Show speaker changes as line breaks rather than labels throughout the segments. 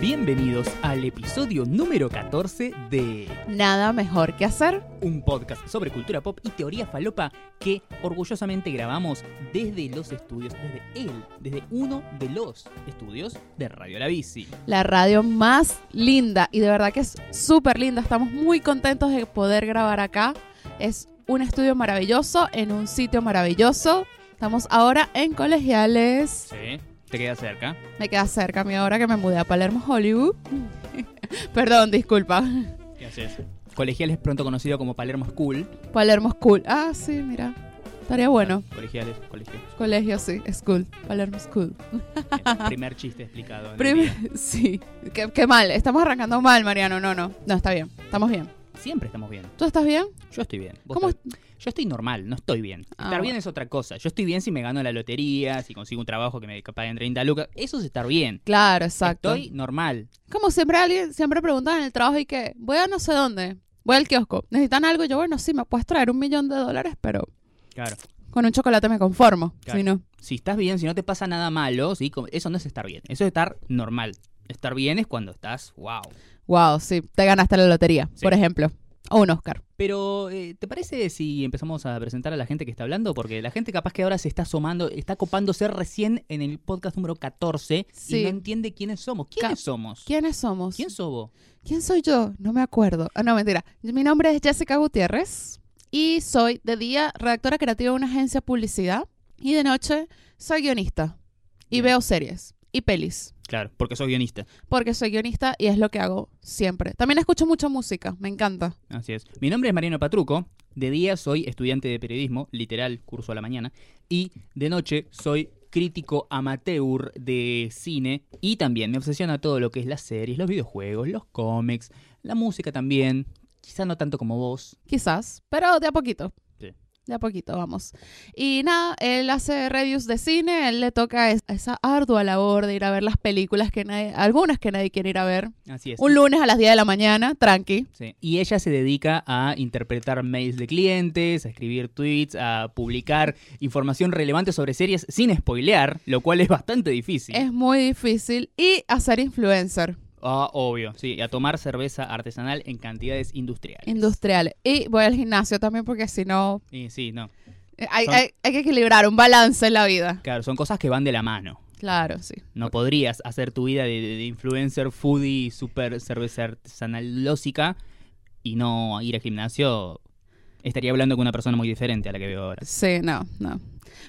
Bienvenidos al episodio número 14 de
Nada mejor que hacer.
un podcast sobre cultura pop y teoría falopa que orgullosamente grabamos desde los estudios, desde él, desde uno de los estudios de Radio La Bici.
La radio más linda y de verdad que es súper linda. Estamos muy contentos de poder grabar acá. Es un estudio maravilloso en un sitio maravilloso. Estamos ahora en colegiales.
Sí, te queda cerca.
Me queda cerca a mí ahora que me mudé a Palermo, Hollywood. Perdón, disculpa.
¿Qué haces? Colegiales pronto conocido como Palermo School.
Palermo School. Ah, sí, mira. Estaría bueno.
Colegiales, colegiales.
Colegio, sí. School. Palermo School.
El primer chiste explicado. en el
Prim-
día.
sí. Qué, qué mal. Estamos arrancando mal, Mariano. No, no. No, está bien. Estamos bien.
Siempre estamos bien.
¿Tú estás bien?
Yo estoy bien. ¿Vos
¿Cómo
estás- Yo estoy normal, no estoy bien.
Ah,
estar bien
bueno.
es otra cosa. Yo estoy bien si me gano la lotería, si consigo un trabajo que me paguen 30 lucas. Eso es estar bien.
Claro, exacto.
Estoy normal.
Como siempre alguien siempre pregunta en el trabajo y que voy a no sé dónde, voy al kiosco, necesitan algo, yo bueno, sí, me puedes traer un millón de dólares, pero
Claro.
con un chocolate me conformo.
Claro.
Si no,
Si estás bien, si no te pasa nada malo, ¿sí? Como- eso no es estar bien. Eso es estar normal. Estar bien es cuando estás, wow.
wow, sí, te ganaste la lotería,
Sí.
por ejemplo, o un Oscar.
Pero, eh, ¿te parece si empezamos a presentar a la gente que está hablando? Porque la gente capaz que ahora se está asomando, está copándose recién en el podcast número 14 y
Sí.
no entiende quiénes somos. ¿Quiénes
Ca-
somos?
¿Quiénes somos?
¿Quién sos vos?
¿Quién soy yo? No me acuerdo. Ah, no, mentira. Mi nombre es Jessica Gutiérrez y soy de día redactora creativa de una agencia de publicidad y de noche soy guionista y
Bien.
veo series y pelis.
Claro, porque soy guionista.
porque soy guionista y es lo que hago siempre. También escucho mucha música, me encanta.
Así es. Mi nombre es Mariano Patruco. De día soy estudiante de periodismo, literal, curso a la mañana. Y de noche soy crítico amateur de cine. Y también me obsesiona todo lo que es las series, los videojuegos, los cómics, la música también. Quizá no tanto como vos.
Quizás, pero de a poquito.
Sí.
De a poquito, vamos. Y nada, él hace reviews de cine, él le toca es- esa ardua labor de ir a ver las películas que nadie, algunas que nadie quiere ir a ver.
Así es.
Un lunes a las 10 de la mañana, tranqui.
Sí. Y ella se dedica a interpretar mails de clientes, a escribir tweets, a publicar información relevante sobre series sin spoilear, lo cual es bastante difícil.
Es muy difícil. Y hacer influencer
Ah, obvio, sí, y a tomar cerveza artesanal en cantidades industriales.
industrial. Y voy al gimnasio también porque si no,
Y sí, no.
eh, hay,
Son-
hay- hay que equilibrar un balance en la vida.
Claro, son cosas que van de la mano.
Claro, sí.
No podrías hacer tu vida de, de- de influencer, foodie, super cerveza artesanal lógica y no ir al gimnasio. Estaría hablando con una persona muy diferente a la que veo ahora.
Sí, no, no.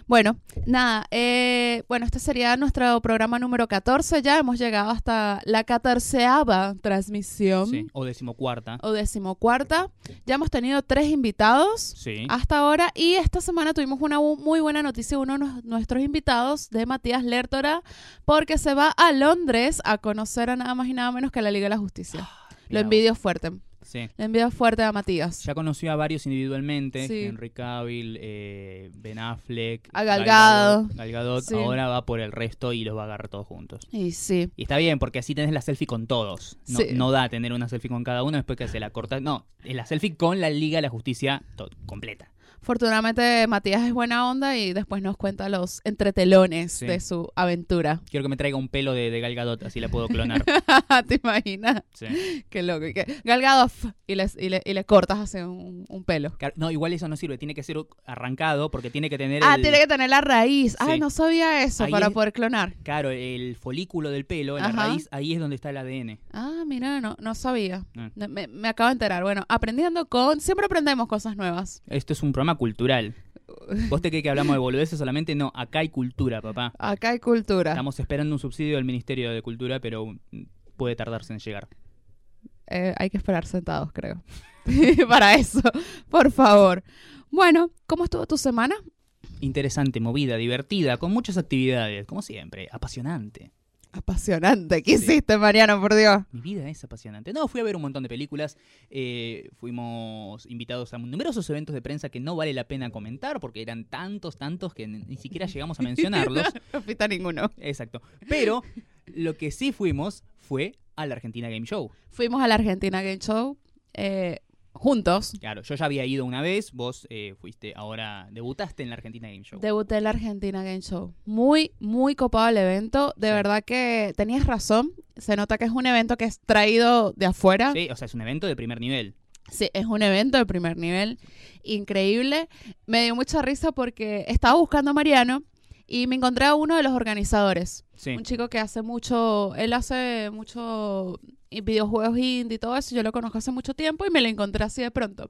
Bueno, nada, eh, bueno, este sería nuestro programa número 14 ya, hemos llegado hasta la catorceava transmisión
Sí, o decimocuarta.
o decimocuarta, ya hemos tenido tres invitados
Sí.
hasta ahora y esta semana tuvimos una bu- muy buena noticia, uno de nos- nuestros invitados de Matías Lertora, porque se va a Londres a conocer a nada más y nada menos que la Liga de la Justicia. Lo
Mirá Ah, vos.
envidio fuerte,
Sí.
lo envidio fuerte a Matías.
Ya conoció a varios individualmente,
Sí.
Henry Cavill, eh, Ben Affleck,
A Gal Gadot.
Gal Gadot.
Sí.
ahora va por el resto y los va a agarrar todos juntos.
Y sí,
Y está bien, porque así tenés la selfie con todos. No,
Sí.
no da tener una selfie con cada uno después que se la corta. No, es la selfie con la Liga de la Justicia to- completa.
Afortunadamente Matías es buena onda y después nos cuenta los entretelones
Sí.
de su aventura.
Quiero que me traiga un pelo de, de Gal Gadot, así la puedo clonar.
¿Te imaginas?
Sí.
Qué loco. Y que galgado f- y le y les- y les cortas así un, un pelo.
Claro, No, igual eso no sirve, tiene que ser arrancado porque tiene que tener
Ah,
el,
tiene que tener la raíz. Ah,
Sí.
no sabía eso
Ahí
para
es-
poder clonar.
claro, el folículo del pelo, la
Ajá.
raíz, ahí es donde está el ADN.
Ah, mira, no, no sabía.
Ah.
No, Me, me acabo de enterar. Bueno, aprendiendo con... Siempre aprendemos cosas nuevas.
Esto es un programa cultural. ¿Vos te crees que hablamos de boludeces solamente? No, acá hay cultura, papá.
Acá hay cultura.
Estamos esperando un subsidio del Ministerio de Cultura, pero mm, puede tardarse en llegar.
Eh, hay que esperar sentados, creo. para eso, por favor. Bueno, ¿cómo estuvo tu semana?
interesante, movida, divertida, con muchas actividades, como siempre, apasionante.
Apasionante. ¿Qué
Sí.
hiciste, Mariano, por Dios?
Mi vida es apasionante. No, fui a ver un montón de películas, eh, fuimos invitados a numerosos eventos de prensa que no vale la pena comentar porque eran tantos, tantos que ni siquiera llegamos a mencionarlos.
No fuiste a ninguno.
Exacto. Pero lo que sí fuimos fue a la Argentina Game Show.
Fuimos a la Argentina Game Show eh, juntos.
Claro, yo ya había ido una vez, vos eh, fuiste, ahora debutaste en la Argentina Game Show.
Debuté en la Argentina Game Show. Muy, muy copado el evento. De
Sí.
verdad que tenías razón. se nota que es un evento que es traído de afuera.
Sí, o sea, es un evento de primer nivel.
Sí, es un evento de primer nivel increíble. Me dio mucha risa porque estaba buscando a Mariano y me encontré a uno de los organizadores.
Sí.
Un chico que hace mucho, él hace mucho y videojuegos indie y todo eso, yo lo conozco hace mucho tiempo y me lo encontré así de pronto.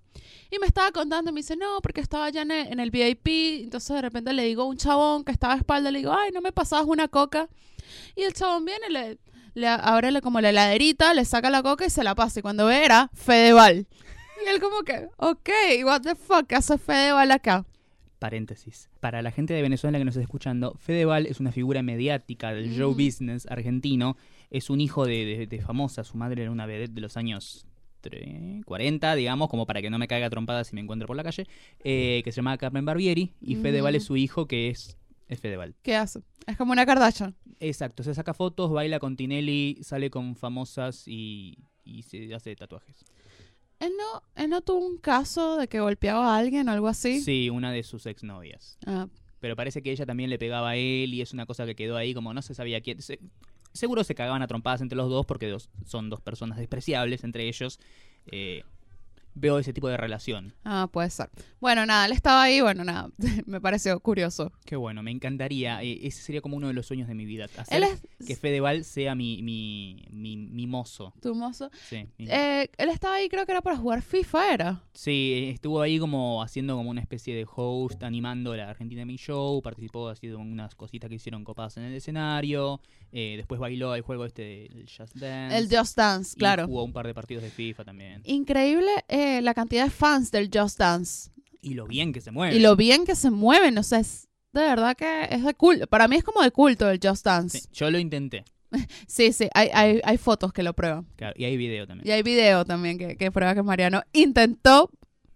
Y me estaba contando, me dice, no, porque estaba allá en el, en el VIP, entonces de repente le digo a un chabón que estaba a espalda, le digo, ay, no me pasabas una coca. Y el chabón viene, le, le abre la- como la heladerita, le saca la coca y se la pasa. Y cuando ve era Fedeval. Y él como que, ok, what the fuck, ¿qué hace Fedeval acá?
Paréntesis. Para la gente de Venezuela que nos está escuchando, Fedeval es una figura mediática del show
Mm.
business argentino. Es un hijo de, de- de famosa. Su madre era una vedette de los años tre- 40, digamos, como para que no me caiga a trompadas si me encuentro por la calle, eh, que se llamaba Carmen Barbieri. Y
Mm.
Fedeval es su hijo, que es, es Fedeval.
¿Qué hace? Es como una Kardashian.
Exacto. Se saca fotos, baila con Tinelli, sale con famosas y, y se hace tatuajes.
Él no, él no tuvo un caso de que golpeaba a alguien o algo así.
Sí, una de sus exnovias.
Ah,
pero parece que ella también le pegaba a él y es una cosa que quedó ahí como no se sabía quién. se- seguro se cagaban a trompadas entre los dos porque dos, son dos personas despreciables entre ellos. Eh, veo ese tipo de relación.
Ah, puede ser. Bueno, nada, él estaba ahí, bueno, nada, me pareció curioso.
Qué bueno, me encantaría. eh, ese sería como uno de los sueños de mi vida. Hacer
Él es
que Fedeval sea mi, mi, mi, mi mozo.
tu mozo.
Sí, mi-
Eh, él estaba ahí, creo que era para jugar FIFA, era.
sí, estuvo ahí como haciendo como una especie de host, animando la Argentina Mi Show, participó haciendo unas cositas que hicieron copadas en el escenario, eh, después bailó el juego este del Just Dance.
El Just Dance,
Y
claro.
jugó un par de partidos de FIFA también.
Increíble eh, la cantidad de fans del Just Dance
Y lo bien que se mueve.
y lo bien que se mueven, o sea, es de verdad que es de culto. Para mí es como de culto el Just
Sí,
Dance.
yo lo intenté.
Sí, sí, hay, hay, hay fotos que lo prueban.
claro, y hay video también.
Y hay video también que, que prueba que Mariano intentó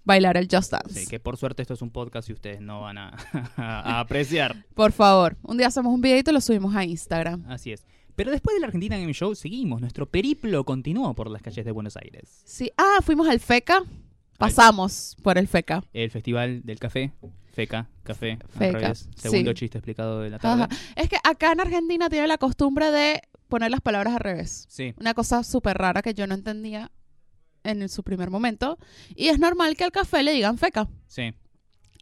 bailar el Just Dance.
Sí, que por suerte esto es un podcast y ustedes no van a, a apreciar.
Por favor, un día hacemos un videito y lo subimos a Instagram.
Así es. Pero después de la Argentina Game Show seguimos. Nuestro periplo continuó por las calles de Buenos Aires.
Sí, ah, fuimos al FECA. Pasamos por el FECA.
El Festival del Café. Feca, café. al
Feca,
revés. Segundo
sí.
chiste explicado de la tarde.
Ajá. Es que acá en Argentina tiene la costumbre de poner las palabras al revés.
Sí.
Una cosa súper rara que yo no entendía en el- su primer momento. Y es normal que al café le digan feca.
Sí,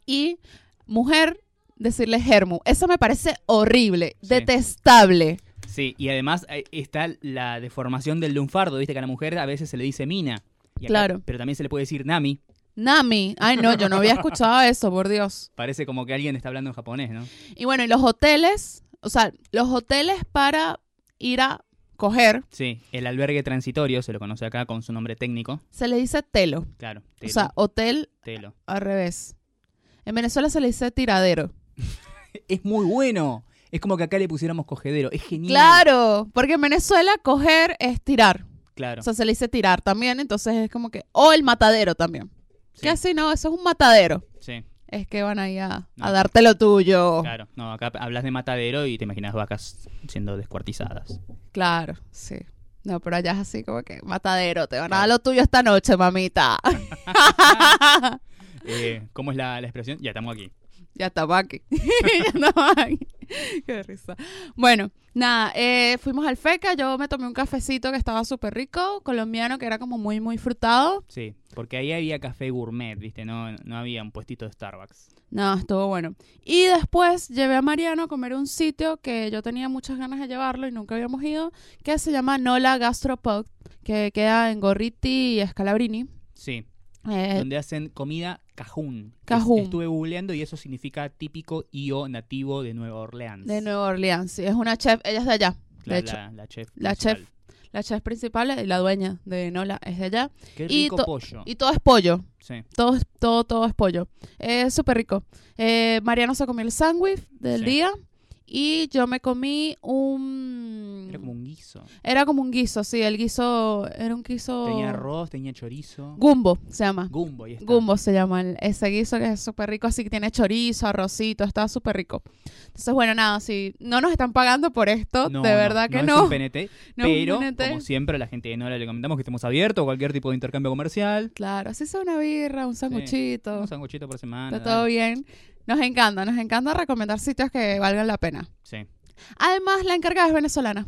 Y mujer, decirle germu. Eso me parece horrible,
Sí.
detestable.
sí, y además eh, está la deformación del lunfardo, viste que a la mujer a veces se le dice mina. Y acá-
Claro.
Pero también se le puede decir nami.
Nami. Ay, no, yo no había escuchado eso, por Dios.
Parece como que alguien está hablando en japonés, ¿no?
Y bueno, y los hoteles, o sea, los hoteles para ir a coger,
Sí, el albergue transitorio se lo conoce acá con su nombre técnico.
se le dice telo.
Claro,
O
telo.
sea, hotel
telo.
al revés. En Venezuela se le dice tiradero.
Es muy bueno. Es como que acá le pusiéramos cogedero. Es genial.
Claro, porque en Venezuela coger es tirar.
Claro.
O sea, se le dice tirar también, entonces es como que... O el matadero también.
sí,
Que así no, eso es un matadero.
sí,
Es que van ahí a, a
No.
darte lo tuyo. Claro.
claro. No, acá hablas de matadero y te imaginas vacas siendo descuartizadas.
sí. No, pero allá es así como que matadero, te van a dar
Claro.
lo tuyo esta noche, mamita.
Eh, ¿Cómo es la, la expresión? Ya estamos aquí.
ya estaba aquí. ya estaba aquí. Qué risa. Bueno, nada, eh, fuimos al FECA, yo me tomé un cafecito que estaba súper rico, colombiano, que era como muy, muy frutado.
Sí, porque ahí había café gourmet, ¿viste? No, no había un puestito de Starbucks.
No, estuvo bueno. Y después llevé a Mariano a comer a un sitio que yo tenía muchas ganas de llevarlo y nunca habíamos ido, que se llama Nola Gastropub, que queda en Gorriti y Scalabrini.
Sí,
Eh,
donde hacen comida cajún.
Cajún.
Estuve googleando y eso significa típico y o nativo de Nueva Orleans.
de Nueva Orleans. Sí, es una chef, ella es de allá,
La,
de hecho.
la- la chef.
La
principal.
chef, la chef principal y la dueña de Nola es de allá.
Qué
Y
rico
to-
pollo.
Y todo es pollo,
Sí.
todo, es- todo, todo es pollo. Es súper rico. Eh, Mariano se comió el sándwich del
Sí.
día y yo me comí un...
Era como un guiso.
Era como un guiso, sí, el guiso era un guiso...
Tenía arroz, tenía chorizo.
Oh. Gumbo se llama.
Gumbo, ahí está.
Gumbo se llama el- ese guiso que es súper rico, así que tiene chorizo, arrocito, está súper rico. Entonces, bueno, nada, si no nos están pagando por esto,
No,
de verdad
no,
que
Es
no.
un PNT,
No,
pero,
imagínate.
como siempre, a la gente de Nora le comentamos que estemos abiertos a cualquier tipo de intercambio comercial.
Claro, así sea una birra, un sanguchito,
Un sanguchito por semana.
está todo
Ah, dale.
bien. Nos encanta, nos encanta recomendar sitios que valgan la pena.
Sí.
Además, la encargada es venezolana.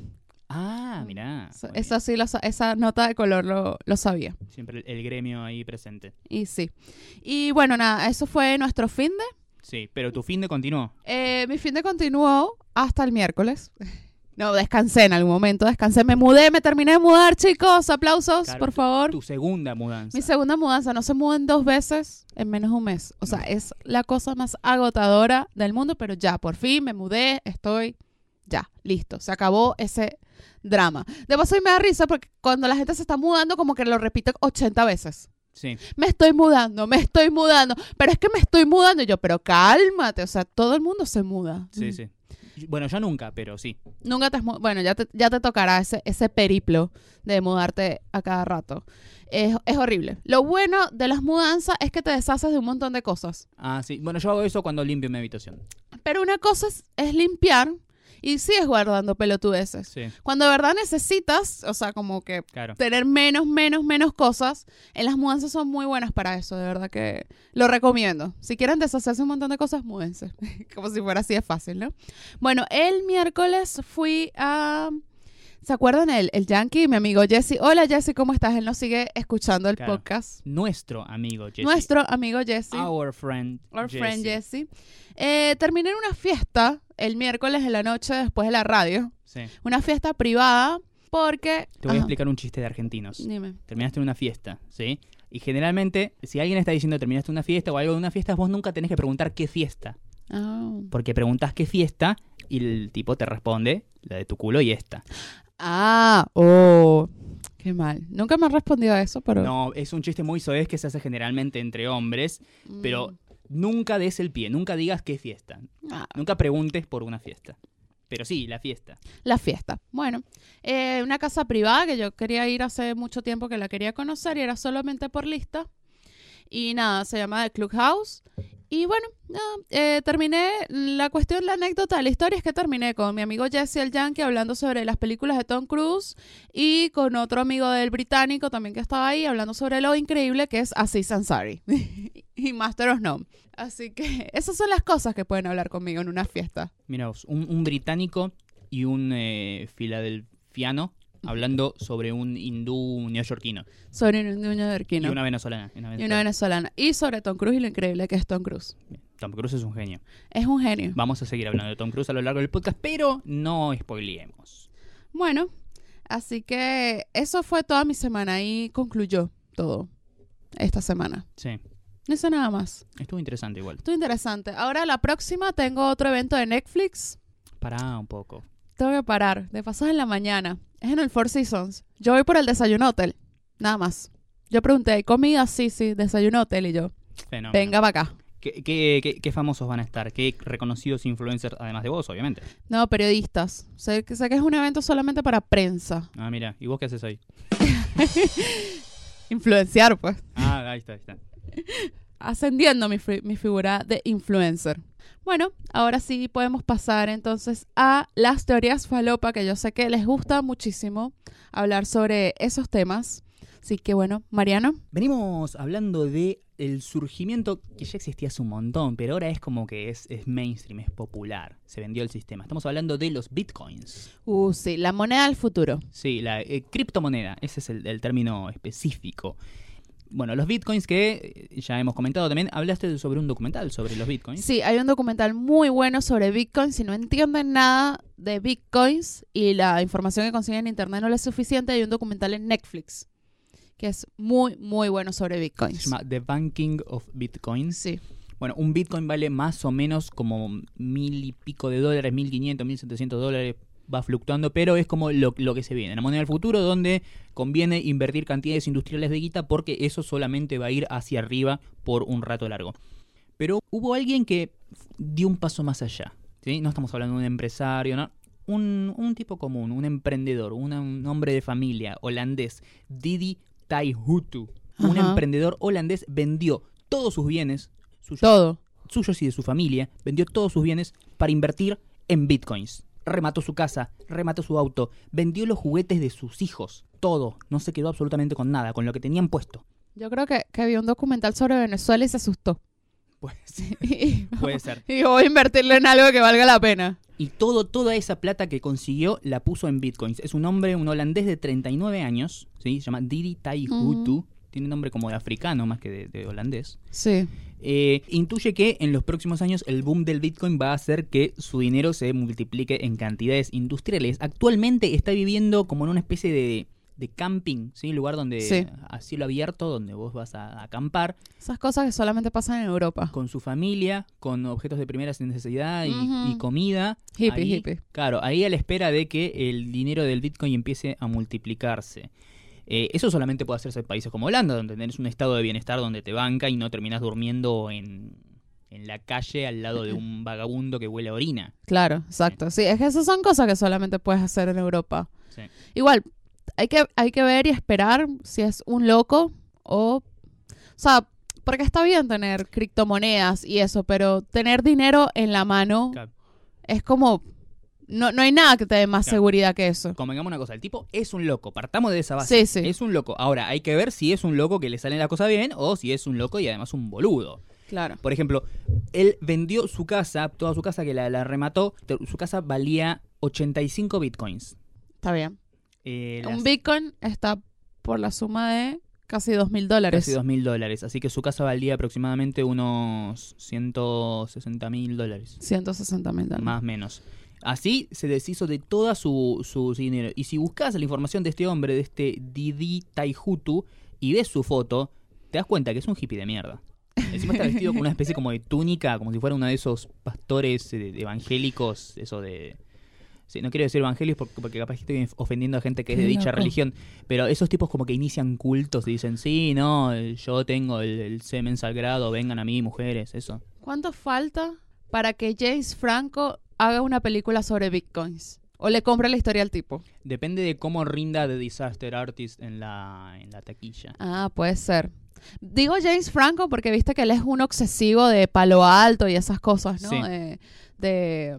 Ah, mirá.
Eso-
muy bien.
Eso sí, lo sa- esa nota de color lo, lo sabía.
Siempre el- el gremio ahí presente.
Y sí. Y bueno, nada, eso fue nuestro fin de.
Sí, pero tu fin de continuó.
Eh, mi fin de continuó hasta el miércoles. No, descansé en algún momento, descansé, me mudé, me terminé de mudar, chicos. Aplausos,
Claro,
por favor.
Tu segunda mudanza.
Mi segunda mudanza, no se muden dos veces en menos de un mes. O sea, es la cosa más agotadora del mundo, pero ya, por fin me mudé, estoy ya, listo. Se acabó ese drama. De paso, a mí me da risa porque cuando la gente se está mudando, como que lo repite 80 veces.
Sí.
Me estoy mudando, me estoy mudando, pero es que me estoy mudando. Y yo, pero cálmate, o sea, todo el mundo se muda.
Sí, sí. Bueno, yo nunca, pero sí.
Nunca te has mu- Bueno, ya te, ya te tocará ese, ese periplo de mudarte a cada rato. Es, es horrible. Lo bueno de las mudanzas es que te deshaces de un montón de cosas.
Ah, sí. Bueno, yo hago eso cuando limpio mi habitación.
Pero una cosa es, es limpiar y sigues guardando pelotudeces.
Sí,
Cuando de verdad necesitas, o sea, como que
claro.
tener menos, menos, menos cosas, en las mudanzas son muy buenas para eso. De verdad que lo recomiendo. Si quieren deshacerse un montón de cosas, múdense. como si fuera así de fácil, ¿no? Bueno, el miércoles fui a... ¿Se acuerdan? El, el Yankee, mi amigo Jesse. Hola Jesse, ¿cómo estás? Él nos sigue escuchando el
Claro.
podcast.
Nuestro amigo Jesse.
Nuestro amigo Jesse.
Our friend
Our
Jesse.
friend Jesse. Eh, terminé en una fiesta el miércoles en la noche después de la radio.
Sí.
Una fiesta privada porque...
Te voy a
Ajá,
explicar un chiste de argentinos.
Dime.
Terminaste en una fiesta, ¿sí? Y generalmente, si alguien está diciendo terminaste una fiesta o algo de una fiesta, vos nunca tenés que preguntar qué fiesta.
Ah.
Porque preguntas qué fiesta y el tipo te responde la de tu culo y esta.
Ah, oh, qué mal. Nunca me han respondido a eso, pero...
No, es un chiste muy soez que se hace generalmente entre hombres,
Mm.
pero nunca des el pie, nunca digas qué fiesta.
Ah,
Nunca preguntes por una fiesta. Pero sí, la fiesta.
la fiesta. Bueno, eh, una casa privada que yo quería ir hace mucho tiempo que la quería conocer y era solamente por lista. Y nada, se llama The Clubhouse. Y bueno, nada, eh, terminé la cuestión, la anécdota, la historia es que terminé con mi amigo Jesse el Yankee hablando sobre las películas de Tom Cruise y con otro amigo del británico también que estaba ahí hablando sobre lo increíble que es Aziz Ansari y Master of None. Así que esas son las cosas que pueden hablar conmigo en una fiesta.
Mira vos, un, un británico y un eh, filadelfiano hablando sobre un hindú neoyorquino.
Soy un neoyorquino.
Y una venezolana. y una
Y
venezolana.
una venezolana. Y sobre Tom Cruise y lo increíble que es Tom Cruise.
Tom Cruise es un genio.
Es un genio.
Vamos a seguir hablando de Tom Cruise a lo largo del podcast, pero no spoileemos.
Bueno, así que eso fue toda mi semana y concluyó todo esta semana.
Sí,
No hice nada más.
estuvo interesante igual.
Estuvo interesante. Ahora la próxima tengo otro evento de Netflix.
Pará un poco.
Tengo que parar. De paso es en la mañana. Es en el Four Seasons. Yo voy por el desayuno hotel. Nada más. Yo pregunté, ¿hay comida? Sí, sí, desayuno hotel. Y yo,
Fenómeno.
venga para acá.
¿Qué, qué, qué- qué famosos van a estar? ¿Qué reconocidos influencers, además de vos, obviamente?
No, periodistas. Sé que, sé que es un evento solamente para prensa.
Ah, mira, ¿y vos qué haces ahí?
Influenciar, pues.
Ah, ahí está, ahí está.
ascendiendo mi, fi- mi figura de influencer. Bueno, ahora sí podemos pasar entonces a las teorías falopa, que yo sé que les gusta muchísimo hablar sobre esos temas. Así que bueno, Mariano,
Venimos hablando de el surgimiento que ya existía hace un montón, pero ahora es como que es, es mainstream, es popular. Se vendió el sistema. Estamos hablando de los bitcoins.
uh, sí, la moneda del futuro.
Sí, la eh, criptomoneda, ese es el, el término específico. Bueno, los bitcoins que eh, ya hemos comentado también, hablaste sobre un documental sobre los bitcoins.
Sí, hay un documental muy bueno sobre Bitcoin. Si no entienden nada de Bitcoins y la información que consiguen en Internet no les es suficiente, hay un documental en Netflix que es muy, muy bueno sobre
Se
Bitcoins.
llama The Banking of Bitcoins.
Sí.
Bueno, un Bitcoin vale más o menos como mil y pico de dólares, mil quinientos, mil setecientos dólares, va fluctuando, pero es como lo, lo que se viene. La moneda del futuro donde conviene invertir cantidades industriales de guita porque eso solamente va a ir hacia arriba por un rato largo. Pero hubo alguien que dio un paso más allá. ¿sí? No estamos hablando de un empresario, ¿no? Un, un tipo común, un emprendedor, una- un hombre de familia holandés, Didi Taihutu, un
Ajá.
emprendedor holandés, vendió todos sus bienes, sus
Todo.
suyos y de su familia, vendió todos sus bienes para invertir en bitcoins. Remató su casa, remató su auto, vendió los juguetes de sus hijos, todo. No se quedó absolutamente con nada, con lo que tenían puesto.
Yo creo que, que vi un documental sobre Venezuela y se asustó.
Pues,
y
puede ser.
y dijo, voy a invertirlo en algo que valga la pena.
Y todo, toda esa plata que consiguió la puso en bitcoins. Es un hombre, un holandés de 39 años, ¿sí? se llama Didi Tai Hutu. Tiene nombre como de africano más que de, de holandés.
Sí.
Eh, intuye que en los próximos años el boom del Bitcoin va a hacer que su dinero se multiplique en cantidades industriales. Actualmente está viviendo como en una especie de, de camping, ¿sí? Un lugar donde
Sí.
a cielo abierto, donde vos vas a acampar
Esas cosas que solamente pasan en Europa.
con su familia, con objetos de primera necesidad y,
Ujú.
y comida.
Hippie,
Ahí-
hippie.
Claro, ahí a la espera de que el dinero del Bitcoin empiece a multiplicarse. Eh, eso solamente puede hacerse en países como Holanda, donde tenés un estado de bienestar donde te banca y no terminás durmiendo en, en la calle al lado de un vagabundo que huele a orina.
Claro, exacto. Sí, es que esas son cosas que solamente puedes hacer en Europa.
Sí.
Igual, hay que, hay que ver y esperar si es un loco o... O sea, porque está bien tener criptomonedas y eso, pero tener dinero en la mano
Claro.
es como... No, no hay nada que te dé más
Claro.
seguridad que eso.
Convengamos una cosa, el tipo es un loco, partamos de esa base.
Sí, sí.
Es un loco. Ahora, hay que ver si es un loco que le sale la cosa bien o si es un loco y además un boludo.
Claro.
Por ejemplo, él vendió su casa, toda su casa que la, la remató, te- su casa valía 85 bitcoins.
Está bien.
Eh, las-
Un bitcoin está por la suma de casi dos mil dólares.
casi 2 mil dólares, así que su casa valía aproximadamente unos 160 mil dólares,
160 mil dólares.
más o menos. Así se deshizo de toda su, su dinero. Y si buscas la información de este hombre, de este Didi Taihutu, y ves su foto, te das cuenta que es un hippie de mierda. Encima está vestido con una especie como de túnica, como si fuera uno de esos pastores eh, de- evangélicos, eso de... sí, no quiero decir evangélicos porque, porque capaz que estoy ofendiendo a gente que es de
Qué
dicha
loco.
religión, pero esos tipos como que inician cultos y dicen, sí, no, el- yo tengo el, el semen sagrado, vengan a mí, mujeres, eso.
¿Cuánto falta para que James Franco haga una película sobre bitcoins? O le compre la historia al tipo.
Depende de cómo rinda The Disaster Artist en la, en la taquilla.
Ah, puede ser. Digo James Franco porque viste que él es un obsesivo de palo alto y esas cosas, ¿no?
Sí.
Eh, de.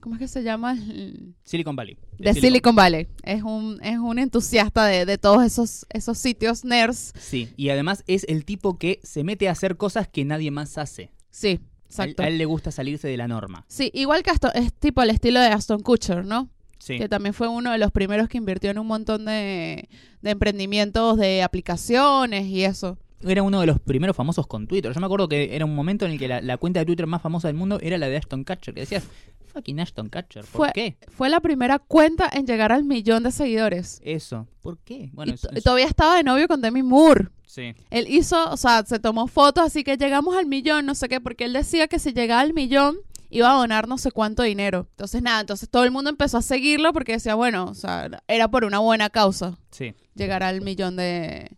¿Cómo es que se llama? El-
Silicon Valley.
De Silicon Valley. Es un, es un entusiasta de, de todos esos, esos sitios nerds.
Sí, y además es el tipo que se mete a hacer cosas que nadie más hace.
Sí,
A él-
exacto.
a él le gusta salirse de la norma.
Sí, igual que Aston- es tipo el estilo de Aston Kutcher, ¿no?
Sí.
que también fue uno de los primeros que invirtió en un montón de, de emprendimientos, de aplicaciones y eso.
era uno de los primeros famosos con Twitter. Yo me acuerdo que era un momento en el que la, la cuenta de Twitter más famosa del mundo era la de Ashton Catcher. Que decías, fucking Ashton Catcher, ¿por
Fue-
qué?
Fue la primera cuenta en llegar al millón de seguidores.
Eso, ¿por qué? Bueno,
y
es-
to-
es-
todavía estaba de novio con Demi Moore.
sí.
Él hizo, o sea, se tomó fotos, así que llegamos al millón, no sé qué, porque él decía que si llegaba al millón iba a donar no sé cuánto dinero. Entonces, nada, entonces todo el mundo empezó a seguirlo porque decía, bueno, o sea, era por una buena causa
sí.
llegar al millón de,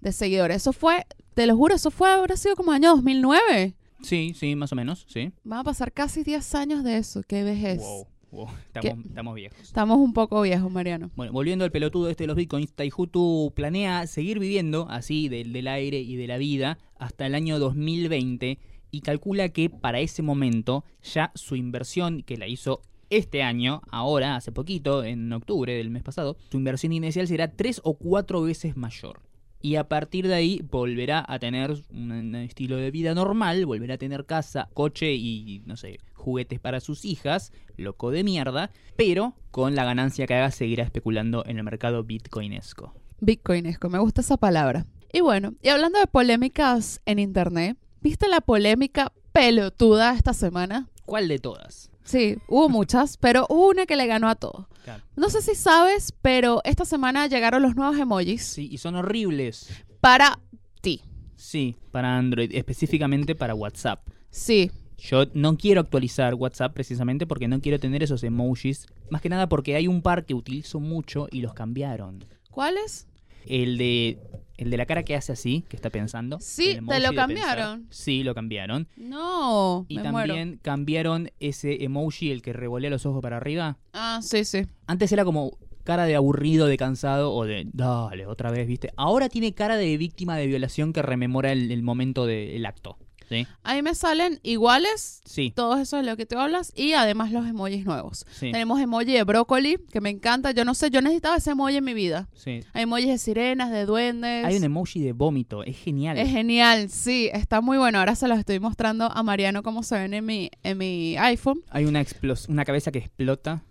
de seguidores. Eso fue, te lo juro, eso fue, habrá sido como año 2009.
Sí, sí, más o menos, sí.
Van a pasar casi 10 años de eso. Qué vejez.
Wow, wow, estamos, estamos viejos.
Estamos un poco viejos, Mariano.
Bueno, volviendo al pelotudo este de los bitcoins, Taihutu planea seguir viviendo así del, del aire y de la vida hasta el año 2020 y calcula que para ese momento ya su inversión que la hizo este año, ahora, hace poquito, en octubre del mes pasado, su inversión inicial será tres o cuatro veces mayor. Y a partir de ahí volverá a tener un un estilo de vida normal, volverá a tener casa, coche y, no sé, juguetes para sus hijas, loco de mierda, pero con la ganancia que haga seguirá especulando en el mercado bitcoinesco.
Bitcoinesco, me gusta esa palabra. Y bueno, y hablando de polémicas en internet, ¿viste la polémica pelotuda esta semana?
¿Cuál de todas?
Sí, hubo muchas, pero hubo una que le ganó a todos.
Claro.
No sé si sabes, pero esta semana llegaron los nuevos emojis
Sí, y son horribles.
para ti.
Sí, para Android, específicamente para WhatsApp.
Sí,
Yo no quiero actualizar WhatsApp precisamente porque no quiero tener esos emojis. Más que nada porque hay un par que utilizo mucho y los cambiaron.
¿cuáles?
El de, el de la cara que hace así, que está pensando.
Sí,
el
te
emoji
lo
de pensar.
cambiaron.
Sí, lo cambiaron.
No,
Y
me muero.
también cambiaron ese emoji, el que revolea los ojos para arriba.
Ah, sí, sí.
Antes era como cara de aburrido, de cansado o de dale, otra vez, ¿viste? Ahora tiene cara de víctima de violación que rememora el, el momento del acto. Sí,
Ahí me salen iguales,
sí,
todo eso es lo que tú hablas, y además los emojis nuevos.
sí.
Tenemos emoji de brócoli, que me encanta. Yo no sé, yo necesitaba ese emoji en mi vida.
sí.
Hay emojis de sirenas, de duendes.
Hay un emoji de vómito, es genial.
Es genial, sí, está muy bueno. Ahora se los estoy mostrando a Mariano cómo se ven en mi, en mi iPhone.
Hay una explos una cabeza que explota.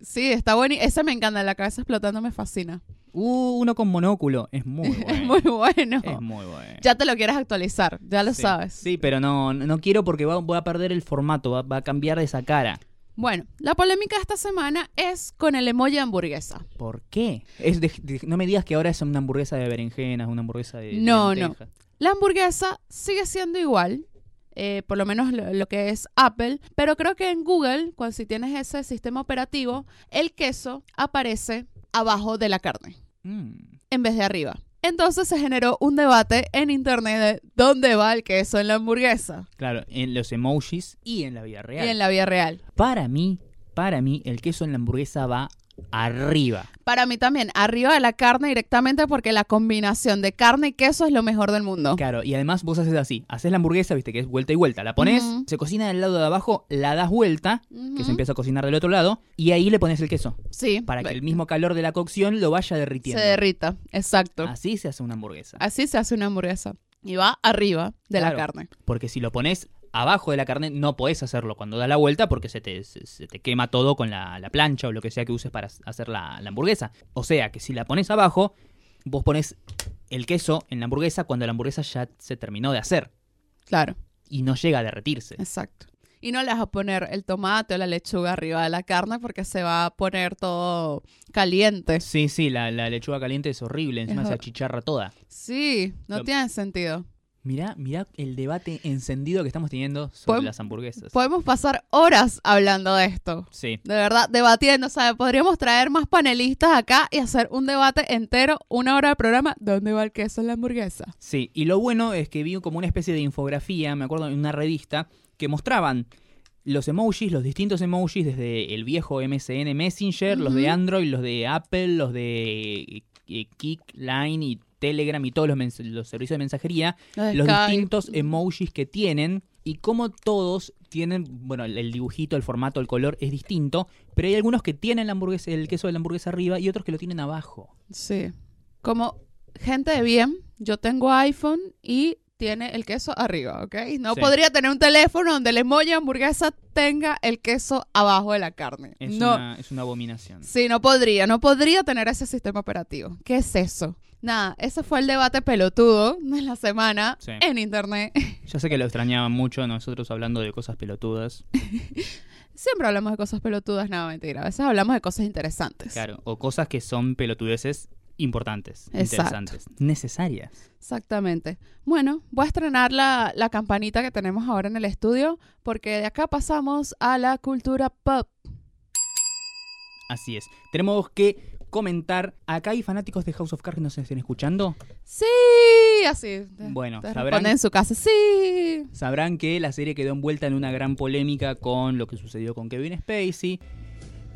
Sí, está bueno. y Ese me encanta, la cabeza explotando me fascina.
Uh, uno con monóculo, es muy bueno.
Es muy bueno.
Es muy bueno.
Ya te lo quieres actualizar, ya lo
Sí.
sabes.
Sí, pero no, no quiero porque va, voy a perder el formato, va, va a cambiar de esa cara.
Bueno, la polémica de esta semana es con el emoji hamburguesa.
¿Por qué? Es de- de- no me digas que ahora es una hamburguesa de berenjenas, una hamburguesa de. de
No,
lentejas.
La hamburguesa sigue siendo igual, eh, por lo menos lo, lo que es Apple, pero creo que en Google, cuando si tienes ese sistema operativo, el queso aparece abajo de la carne,
Mm.
en vez de arriba. Entonces se generó un debate en internet de dónde va el queso en la hamburguesa
Claro, en los emojis y en la vida real.
y en la vida real.
Para mí, para mí, el queso en la hamburguesa va arriba.
Para mí también, arriba de la carne directamente porque la combinación de carne y queso es lo mejor del mundo.
Claro, y además vos haces así: haces la hamburguesa, viste, que es vuelta y vuelta. La pones,
Ujú.
se cocina del lado de abajo, la das vuelta, que se
Ujú.
empieza a cocinar del otro lado, y ahí le pones el queso.
Sí,
Para que
ve-
el mismo calor de la cocción lo vaya
se
derritiendo.
derrita, exacto.
Así se hace una hamburguesa.
Así se hace una hamburguesa. Y va arriba de
Claro.
la carne.
Porque si lo pones abajo de la carne, no podés hacerlo cuando das la vuelta porque se te, se- se te quema todo con la, la plancha o lo que sea que uses para hacer la, la hamburguesa. O sea que si la pones abajo, vos pones el queso en la hamburguesa cuando la hamburguesa ya se terminó de hacer
Claro,
y no llega a derretirse.
exacto. Y no le vas a poner el tomate o la lechuga arriba de la carne porque se va a poner todo caliente.
Sí, sí, la, la lechuga caliente es horrible, encima
Es
se
hor-
achicharra toda.
Sí, no
Lo-
tiene sentido.
Mirá, mirá el debate encendido que estamos teniendo sobre
Podem-
las hamburguesas.
Podemos pasar horas hablando de esto.
Sí.
De verdad, debatiendo. O sea, podríamos traer más panelistas acá y hacer un debate entero, una hora de programa. ¿Dónde va el queso en la hamburguesa?
Sí, y lo bueno es que vi como una especie de infografía, me acuerdo, en una revista, que mostraban los emojis, los distintos emojis, desde el viejo MSN Messenger, los de
Ujú.
Android, los de Apple, los de eh, Kik, Line y Telegram y todos los, mens- los servicios de mensajería,
Los de
los
Skype.
distintos emojis que tienen y cómo todos tienen, bueno, el, el dibujito, el formato, el color es distinto, pero hay algunos que tienen la hamburguesa, el queso de la hamburguesa arriba y otros que lo tienen abajo.
Sí. Como gente de bien, yo tengo iPhone y tiene el queso arriba, ¿ok? No
Sí.
podría tener un teléfono donde el emoji hamburguesa tenga el queso abajo de la carne.
Es,
no.
una, es una abominación.
Sí, no podría, no podría tener ese sistema operativo. ¿Qué es eso? Nada, ese fue el debate pelotudo de la semana
Sí.
en internet.
Ya sé que lo extrañaban mucho nosotros hablando de cosas pelotudas,
Siempre hablamos de cosas pelotudas, nada, mentira. A veces hablamos de cosas interesantes.
claro, o cosas que son pelotudeces importantes,
Exacto.
interesantes, necesarias.
Exactamente. Bueno, voy a estrenar la, la campanita que tenemos ahora en el estudio porque de acá pasamos a la cultura pop.
Así es. Tenemos que comentar, acá hay fanáticos de House of Cards que nos estén escuchando.
Sí, así.
Bueno,
Te
sabrán-
responden en su casa, sí.
Sabrán que la serie quedó envuelta en una gran polémica con lo que sucedió con Kevin Spacey.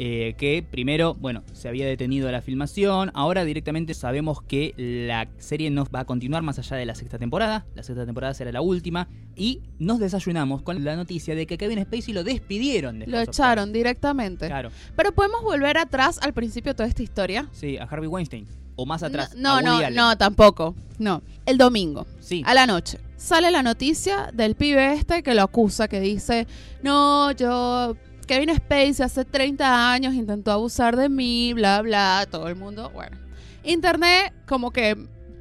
eh, que primero, bueno, se había detenido la filmación. Ahora directamente sabemos que la serie no va a continuar más allá de la sexta temporada. La sexta temporada será la última. Y nos desayunamos con la noticia de que Kevin Spacey lo despidieron. de
Lo
House of
echaron
Cards.
directamente.
Claro,
Pero podemos volver atrás al principio de toda esta historia.
sí, a Harvey Weinstein. O más atrás.
No,
a
no,
Woody
no,
Allen.
no, tampoco. No. El domingo.
Sí,
A la noche. Sale la noticia del pibe este que lo acusa, que dice, no, yo, Kevin Spacey hace 30 años intentó abusar de mí, bla, bla, todo el mundo. Bueno, internet como que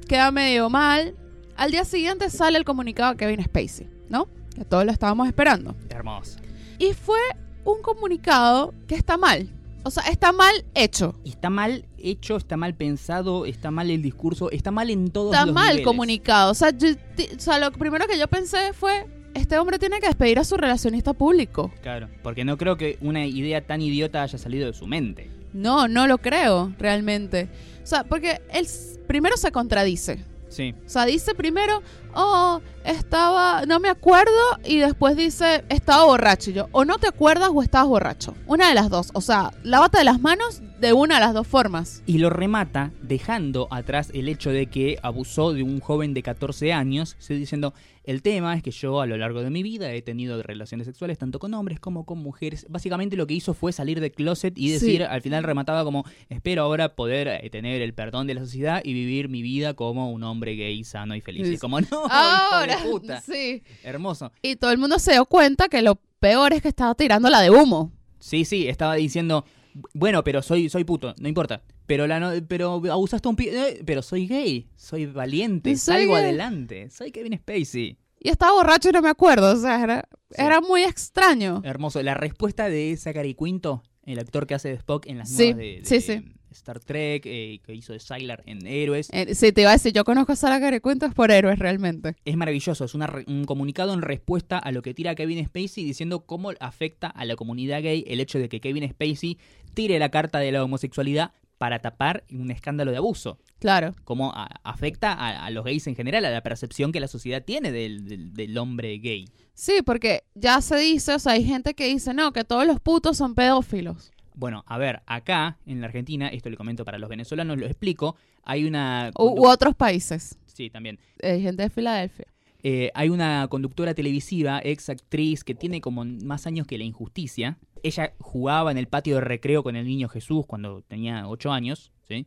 queda medio mal. Al día siguiente sale el comunicado de Kevin Spacey, ¿no? Que todos lo estábamos esperando.
hermoso.
Y fue un comunicado que está mal. O sea, está mal hecho.
Y Está mal hecho, está mal pensado, está mal el discurso, está mal en todos
Está
los
mal
niveles.
comunicado. O sea, yo- ti- o sea, lo primero que yo pensé fue, este hombre tiene que despedir a su relacionista público.
Claro, porque no creo que una idea tan idiota haya salido de su mente.
No, no lo creo, realmente. O sea, porque él s- primero se contradice.
Sí,
O sea, dice primero, oh, estaba, no me acuerdo, y después dice, estaba borracho. Y yo, o no te acuerdas o estabas borracho. Una de las dos. O sea, lávate de las manos de una de las dos formas.
Y lo remata dejando atrás el hecho de que abusó de un joven de 14 años, ¿sí? diciendo, el tema es que yo a lo largo de mi vida he tenido relaciones sexuales tanto con hombres como con mujeres. Básicamente lo que hizo fue salir de closet y decir,
Sí.
al final remataba como, espero ahora poder eh, tener el perdón de la sociedad y vivir mi vida como un hombre gay, sano y feliz.
Sí.
Y como, no, hijo de
Pues Ahora,
puta.
sí.
Hermoso.
Y todo el mundo se dio cuenta que lo peor es que estaba tirándola de humo.
Sí, sí, estaba diciendo, bueno, pero soy, soy puto, no importa. Pero la no- pero abusaste a un pi- eh, pero soy gay, soy valiente,
Y soy
salgo
gay.
adelante, soy Kevin Spacey.
Y estaba borracho y no me acuerdo. O sea, era,
Sí. Eh.
era muy extraño.
Hermoso. La respuesta de Zachary Quinto, el actor que hace de Spock en las
Sí,
nuevas de, de
sí, sí.
Star Trek, eh, que hizo de Sylar en Héroes,
Eh, sí, te iba a decir, yo conozco a Sara Carecuento es por héroes realmente.
es maravilloso. Es una re- un comunicado en respuesta a lo que tira Kevin Spacey diciendo cómo afecta a la comunidad gay el hecho de que Kevin Spacey tire la carta de la homosexualidad para tapar un escándalo de abuso.
Claro.
cómo a- afecta a, a los gays en general, a la percepción que la sociedad tiene del, del- del hombre gay.
Sí, porque ya se dice, o sea, hay gente que dice, no, que todos los putos son pedófilos.
Bueno, a ver, acá en la Argentina, esto lo comento para los venezolanos, lo explico, hay una...
U, u otros países.
Sí, también.
Hay gente de Filadelfia.
Eh, hay una conductora televisiva, ex actriz, que tiene como más años que la injusticia. Ella jugaba en el patio de recreo con el niño Jesús cuando tenía 8 años, ¿sí?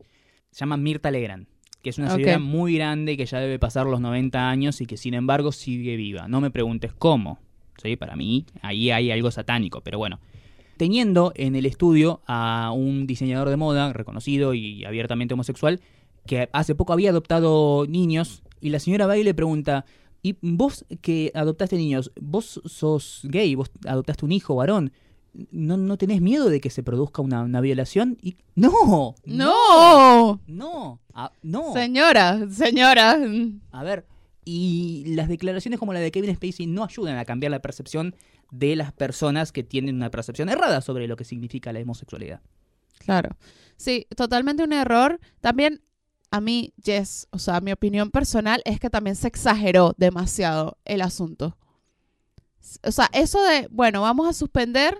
Se llama Mirta Legrand, que es una
Ok.
señora muy grande que ya debe pasar los 90 años y que sin embargo sigue viva. No me preguntes cómo, ¿sí? Para mí ahí hay algo satánico, pero bueno. Teniendo en el estudio a un diseñador de moda reconocido y abiertamente homosexual, que hace poco había adoptado niños, y la señora va y le pregunta, ¿y vos que adoptaste niños, vos sos gay, vos adoptaste un hijo varón? ¿No, no tenés miedo de que se produzca una, una violación? Y, no,
¡No!
no, ah, no.
Señora, señora. mm,
A ver, y las declaraciones como la de Kevin Spacey no ayudan a cambiar la percepción de las personas que tienen una percepción errada sobre lo que significa la homosexualidad.
Claro. Sí, totalmente un error. También a mí, Jess, o sea, mi opinión personal es que también se exageró demasiado el asunto. S- O sea, eso de, bueno, vamos a suspender,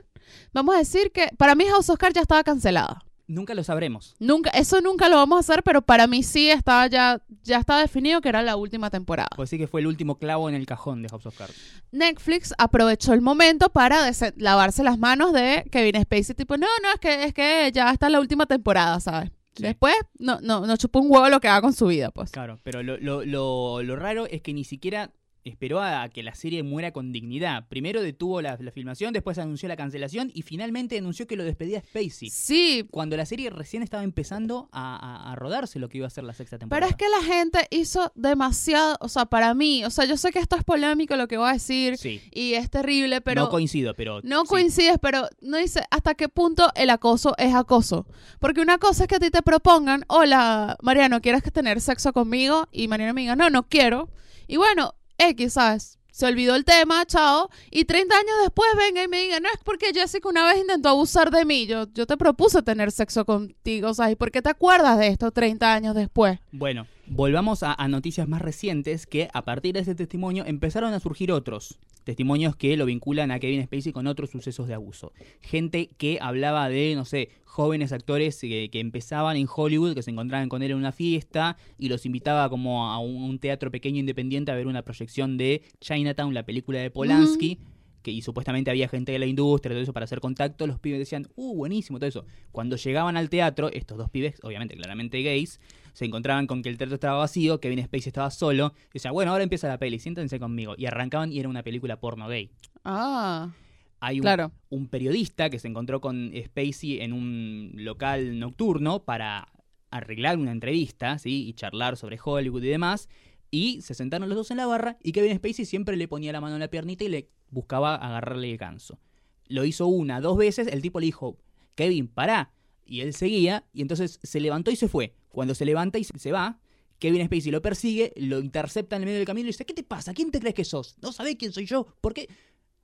vamos a decir que para mí House Oscar ya estaba cancelada.
Nunca lo sabremos.
Nunca, eso nunca lo vamos a hacer, pero para mí sí estaba ya, ya está definido que era la última temporada.
Pues sí que fue el último clavo en el cajón de House of Cards.
Netflix aprovechó el momento para dese- lavarse las manos de Kevin Spacey, tipo, no, no, es que, es que ya está la última temporada, ¿sabes?
Sí.
Después, no, no, no chupó un huevo lo que haga con su vida, pues.
Claro, pero lo, lo- lo- lo raro es que ni siquiera esperó a que la serie muera con dignidad. Primero detuvo la, la filmación, después anunció la cancelación y finalmente anunció que lo despedía Spacey.
Sí,
Cuando la serie recién estaba empezando a, a- a rodarse lo que iba a ser la sexta temporada.
pero es que la gente hizo demasiado, o sea, para mí, o sea, yo sé que esto es polémico lo que voy a decir
Sí,
y es terrible, pero...
no coincido, pero...
No
sí.
coincides, pero no dice hasta qué punto el acoso es acoso. Porque una cosa es que a ti te propongan, hola, Mariano, ¿quieres que tener sexo conmigo? Y Mariano me diga, no, no quiero. Y bueno, X, ¿sabes? Se olvidó el tema, chao. Y 30 años después venga y me diga, no, es porque Jessica una vez intentó abusar de mí. Yo, yo te propuse tener sexo contigo, ¿sabes? ¿Y por qué te acuerdas de esto 30 años después?
Bueno, volvamos a, a noticias más recientes que a partir de ese testimonio empezaron a surgir otros testimonios que lo vinculan a Kevin Spacey con otros sucesos de abuso. Gente que hablaba de, no sé, jóvenes actores que, que empezaban en Hollywood, que se encontraban con él en una fiesta y los invitaba como a un, un teatro pequeño independiente a ver una proyección de Chinatown, la película de Polanski. Que, y supuestamente había gente de la industria, todo eso para hacer contacto, los pibes decían, uh, buenísimo, todo eso. Cuando llegaban al teatro, estos dos pibes, obviamente, claramente gays, se encontraban con que el teatro estaba vacío, que Kevin Spacey estaba solo. Y decía, bueno, ahora empieza la peli, siéntense conmigo. Y arrancaban y era una película porno gay.
Ah,
Hay un,
claro.
un periodista que se encontró con Spacey en un local nocturno para arreglar una entrevista, ¿sí? Y charlar sobre Hollywood y demás. Y se sentaron los dos en la barra y Kevin Spacey siempre le ponía la mano en la piernita y le buscaba agarrarle el ganso. Lo hizo una, dos veces, el tipo le dijo, Kevin, pará. Y él seguía y entonces se levantó y se fue. Cuando se levanta y se se va, Kevin Spacey lo persigue, lo intercepta en el medio del camino y le dice, ¿qué te pasa? ¿Quién te crees que sos? ¿No sabés quién soy yo? ¿Por qué?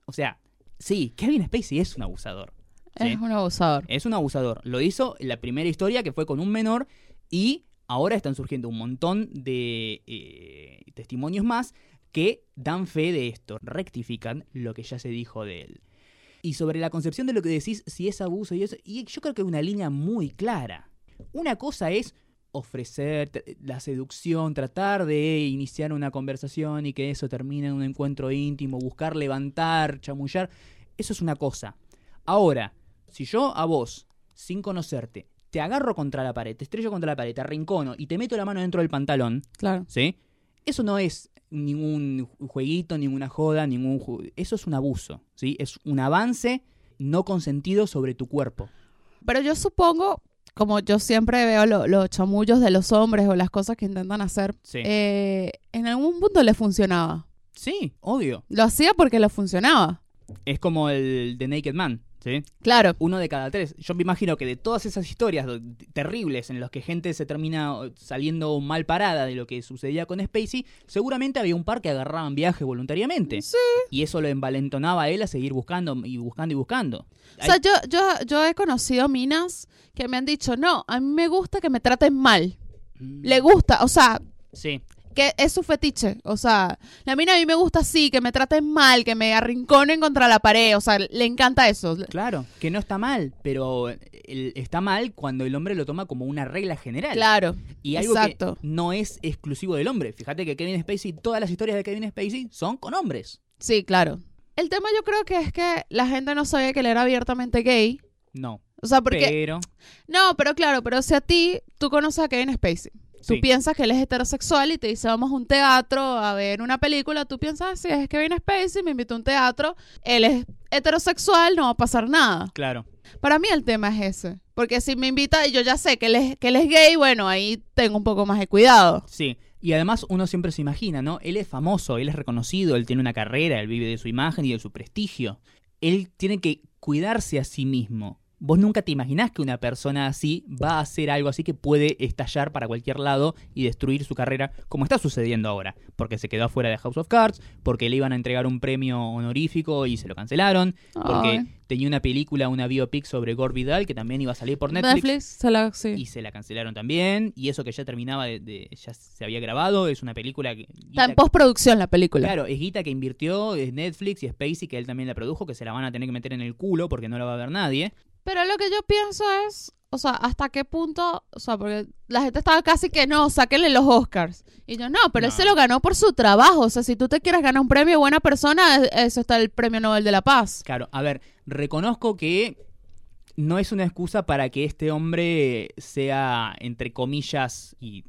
O sea, sí, Kevin Spacey es un abusador. ¿sí? Eh,
Es un abusador.
Es un abusador. Lo hizo en la primera historia que fue con un menor y ahora están surgiendo un montón de eh, testimonios más que dan fe de esto, rectifican lo que ya se dijo de él. Y sobre la concepción de lo que decís, si es abuso y eso, y yo creo que hay una línea muy clara. Una cosa es ofrecer t- la seducción, tratar de iniciar una conversación y que eso termine en un encuentro íntimo, buscar levantar, chamullar, eso es una cosa. Ahora, si yo a vos, sin conocerte, te agarro contra la pared, te estrello contra la pared, te arrincono y te meto la mano dentro del pantalón,
Claro.
¿sí? Eso no es ningún jueguito, ninguna joda, ningún ju- eso es un abuso, ¿sí? Es un avance no consentido sobre tu cuerpo.
Pero yo supongo, como yo siempre veo lo- los chamullos de los hombres o las cosas que intentan hacer,
Sí.
eh, en algún punto le funcionaba.
Sí, obvio.
Lo hacía porque le funcionaba.
Es como el de Naked Man, ¿sí?
Claro.
Uno de cada tres. Yo me imagino que de todas esas historias do- terribles en las que gente se termina eh, saliendo mal parada de lo que sucedía con Spacey, seguramente había un par que agarraban viaje voluntariamente.
Sí.
Y eso lo envalentonaba a él a seguir buscando y buscando y buscando.
O sea, yo, yo, yo he conocido minas que me han dicho, no, a mí me gusta que me traten mal. Le gusta, o sea,
Sí.
que es su fetiche. O sea, la mina a mí me gusta así, que me traten mal, que me arrinconen contra la pared. O sea, le encanta eso.
Claro, que no está mal, pero el- está mal cuando el hombre lo toma como una regla general.
Claro.
y algo
exacto.
que no es exclusivo del hombre. Fíjate que Kevin Spacey, todas las historias de Kevin Spacey son con hombres.
Sí, claro. El tema yo creo que es que la gente no sabía que él era abiertamente gay.
No,
O sea, porque...
pero
No, pero claro, pero si a ti, tú conoces a Kevin Spacey. Tú
Sí.
piensas que él es heterosexual y te dice, vamos a un teatro a ver una película. Tú piensas, "Ah, sí, es Kevin Spacey, me invitó a un teatro. Él es heterosexual, no va a pasar nada.
claro,
Para mí el tema es ese. Porque si me invita y yo ya sé que él es, que él es gay, bueno, ahí tengo un poco más de cuidado.
sí. Y además uno siempre se imagina, ¿no? Él es famoso, él es reconocido, él tiene una carrera, él vive de su imagen y de su prestigio. Él tiene que cuidarse a sí mismo. Vos nunca te imaginás que una persona así va a hacer algo así que puede estallar para cualquier lado y destruir su carrera, como está sucediendo ahora. Porque se quedó afuera de House of Cards, porque le iban a entregar un premio honorífico y se lo cancelaron, porque
Ay.
tenía una película, una biopic sobre Gore Vidal que también iba a salir por Netflix.
Netflix, se la- sí.
y se la cancelaron también y eso que ya terminaba de, de- ya se había grabado es una película que
Está en
guita-
postproducción la película.
claro es guita que invirtió es Netflix y Spacey que él también la produjo que se la van a tener que meter en el culo porque no la va a ver nadie
Pero lo que yo pienso es, o sea, hasta qué punto, o sea, porque la gente estaba casi que no, sáquenle los Oscars. Y yo, no, pero él
No.
se lo ganó por su trabajo. O sea, si tú te quieres ganar un premio buena persona, es- eso está el premio Nobel de la Paz.
claro a ver reconozco que no es una excusa para que este hombre sea entre comillas y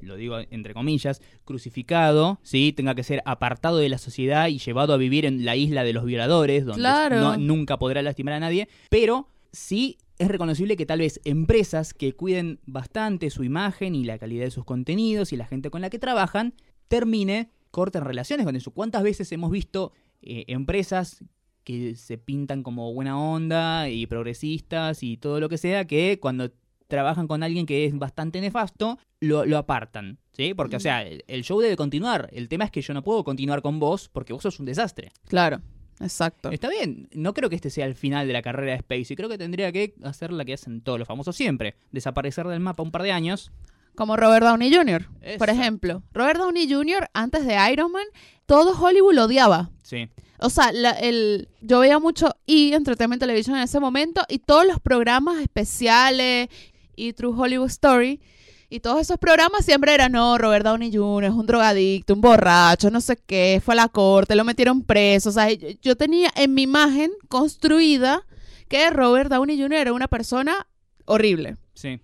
lo digo entre comillas, crucificado, ¿sí? tenga que ser apartado de la sociedad y llevado a vivir en la isla de los violadores, donde
Claro.
no- nunca podrá lastimar a nadie, pero sí es reconocible que tal vez empresas que cuiden bastante su imagen y la calidad de sus contenidos y la gente con la que trabajan, termine, corten relaciones con eso. ¿Cuántas veces hemos visto eh, empresas que se pintan como buena onda y progresistas y todo lo que sea, que cuando trabajan con alguien que es bastante nefasto, lo, lo apartan, ¿sí? Porque, o
Mm.
sea, el, el show debe continuar. El tema es que yo no puedo continuar con vos porque vos sos un desastre.
Claro, exacto.
Está bien, no creo que este sea el final de la carrera de Spacey. Creo que tendría que hacer la que hacen todos los famosos siempre. Desaparecer del mapa un par de años.
Como Robert Downey Jr., por
Exacto.
ejemplo. Robert Downey Jr., antes de Iron Man, todo Hollywood lo odiaba.
Sí,
O sea, la- el, yo veía mucho y entretenimiento televisión en ese momento y todos los programas especiales y True Hollywood Story y todos esos programas siempre eran, no, Robert Downey Jr. es un drogadicto, un borracho, no sé qué, fue a la corte, lo metieron preso. O sea, yo, yo tenía en mi imagen construida que Robert Downey Jr. era una persona horrible.
sí.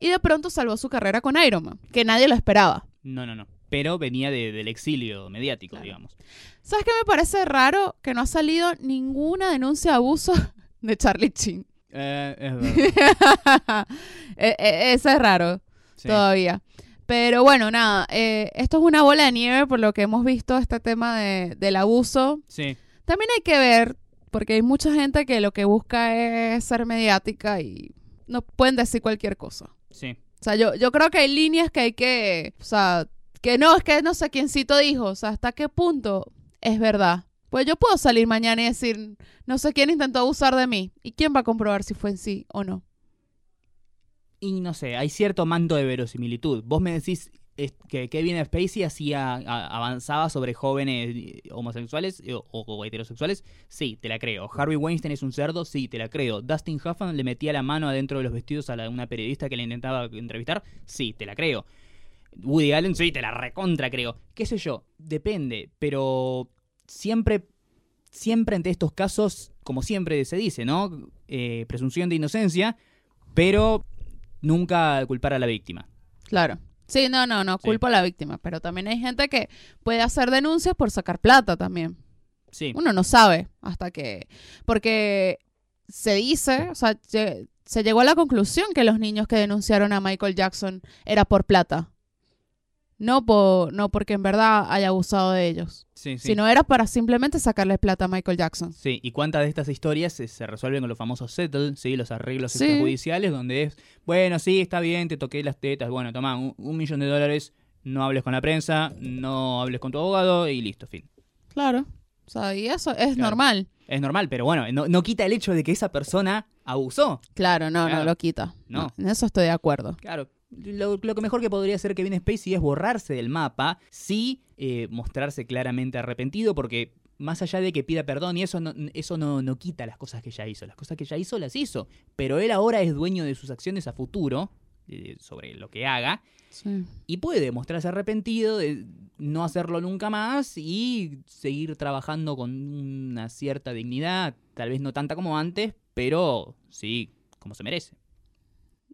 Y de pronto salvó su carrera con Iron Man, que nadie lo esperaba.
No, no, no. Pero venía de- del exilio mediático,
Claro.
digamos.
¿Sabes qué me parece raro? Que no ha salido ninguna denuncia de abuso de Charlie Chin.
Eh, es verdad.
E- e- Eso es raro
Sí.
todavía. Pero bueno, nada, eh, esto es una bola de nieve por lo que hemos visto este tema de- del abuso.
sí.
También hay que ver, porque hay mucha gente que lo que busca es ser mediática y no pueden decir cualquier cosa.
Sí.
O sea, yo, yo creo que hay líneas que hay que, o sea, que no, es que no sé quiéncito dijo, o sea, hasta qué punto es verdad. Pues yo puedo salir mañana y decir, no sé quién intentó abusar de mí. ¿Y quién va a comprobar si fue en sí o no?
y no sé, hay cierto manto de verosimilitud. Vos me decís es- que Kevin Spacey hacía a- avanzaba sobre jóvenes eh, homosexuales eh, o, o heterosexuales, sí, te la creo. Harvey Weinstein es un cerdo, sí, te la creo. Dustin Hoffman le metía la mano adentro de los vestidos a la- una periodista que le intentaba entrevistar, sí, te la creo. Woody Allen, sí, te la recontra creo. ¿Qué sé yo? Depende, pero siempre, siempre ante estos casos, como siempre se dice, ¿no? Eh, presunción de inocencia, pero nunca culpar a la víctima.
Claro. Sí, no, no, no, culpo a la víctima, pero también hay gente que puede hacer denuncias por sacar plata también.
Sí,
Uno no sabe hasta que... Porque se dice, o sea, lle- se llegó a la conclusión que los niños que denunciaron a Michael Jackson era por plata. No, por, no porque en verdad haya abusado de ellos,
sí, sí.
sino era para simplemente sacarles plata a Michael Jackson.
Sí, y cuántas de estas historias se, se resuelven con los famosos settle, ¿sí? los arreglos
Sí.
extrajudiciales, donde es, bueno, sí, está bien, te toqué las tetas, bueno, toma, un, un millón de dólares, no hables con la prensa, no hables con tu abogado y listo, fin.
Claro. O sea, y eso es
Claro.
normal.
Es normal, pero bueno, no, no quita el hecho de que esa persona abusó.
Claro, no,
Claro.
no lo quita.
No.
En eso estoy de acuerdo.
Claro, lo, lo que mejor que podría hacer Kevin Spacey es borrarse del mapa, sí eh, mostrarse claramente arrepentido, porque más allá de que pida perdón y eso, no, eso no, no quita las cosas que ya hizo. Las cosas que ya hizo las hizo, pero él ahora es dueño de sus acciones a futuro, eh, sobre lo que haga,
Sí.
y puede mostrarse arrepentido de no hacerlo nunca más y seguir trabajando con una cierta dignidad, tal vez no tanta como antes, pero sí, como se merece.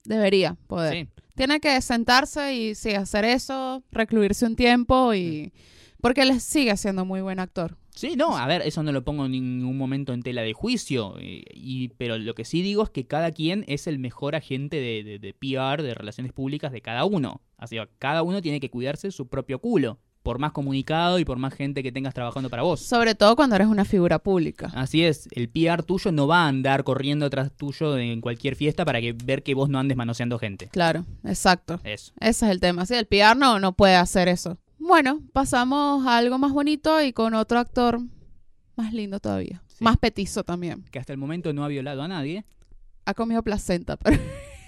Debería poder.
Sí.
Tiene que sentarse y sí, hacer eso, recluirse un tiempo y... Porque él sigue siendo muy buen actor.
Sí, no, a ver, eso no lo pongo en ningún momento en tela de juicio, eh, y, pero lo que sí digo es que cada quien es el mejor agente de, de- de PR, de relaciones públicas de cada uno. Así que cada uno tiene que cuidarse su propio culo, por más comunicado y por más gente que tengas trabajando para vos.
Sobre todo cuando eres una figura pública.
Así es, el PR tuyo no va a andar corriendo atrás tuyo en cualquier fiesta para que ver que vos no andes manoseando gente.
Claro, exacto.
Eso.
Ese es el tema. Sí, el PR no, no puede hacer eso. Bueno, pasamos a algo más bonito y con otro actor más lindo todavía.
Sí.
Más petizo también.
Que hasta el momento no ha violado a nadie.
Ha comido placenta, pero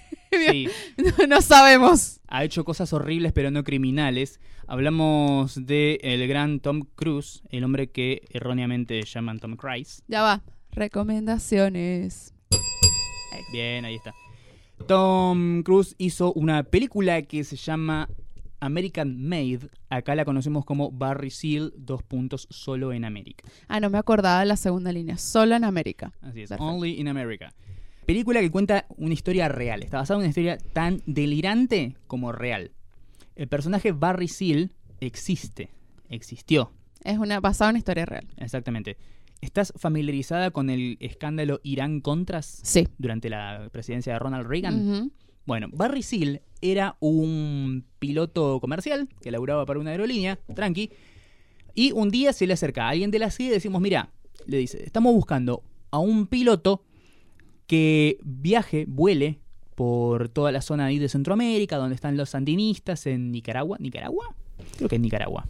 Sí.
no, no sabemos.
ha hecho cosas horribles pero no criminales. Hablamos de el gran Tom Cruise, el hombre que erróneamente llaman Tom Cruise.
Ya va. Recomendaciones.
Bien, ahí está. Tom Cruise hizo una película que se llama American Made. Acá la conocemos como Barry Seal, dos puntos solo en América.
Ah, no me acordaba de la segunda línea. Solo en América.
Así es,
Perfecto.
Only in America. Película que cuenta una historia real. Está basada en una historia tan delirante como real. El personaje Barry Seal existe, existió.
Es una basada en una historia real.
Exactamente. ¿Estás familiarizada con el escándalo Irán-Contras
Sí.
durante la presidencia de Ronald Reagan?
Ujú.
Bueno, Barry Seal era un piloto comercial que laburaba para una aerolínea, tranqui, y un día se le acerca a alguien de la CIA y decimos, mira, le dice, estamos buscando a un piloto que viaje, vuele por toda la zona ahí de Centroamérica, donde están los sandinistas, en Nicaragua. ¿Nicaragua? Creo que es Nicaragua.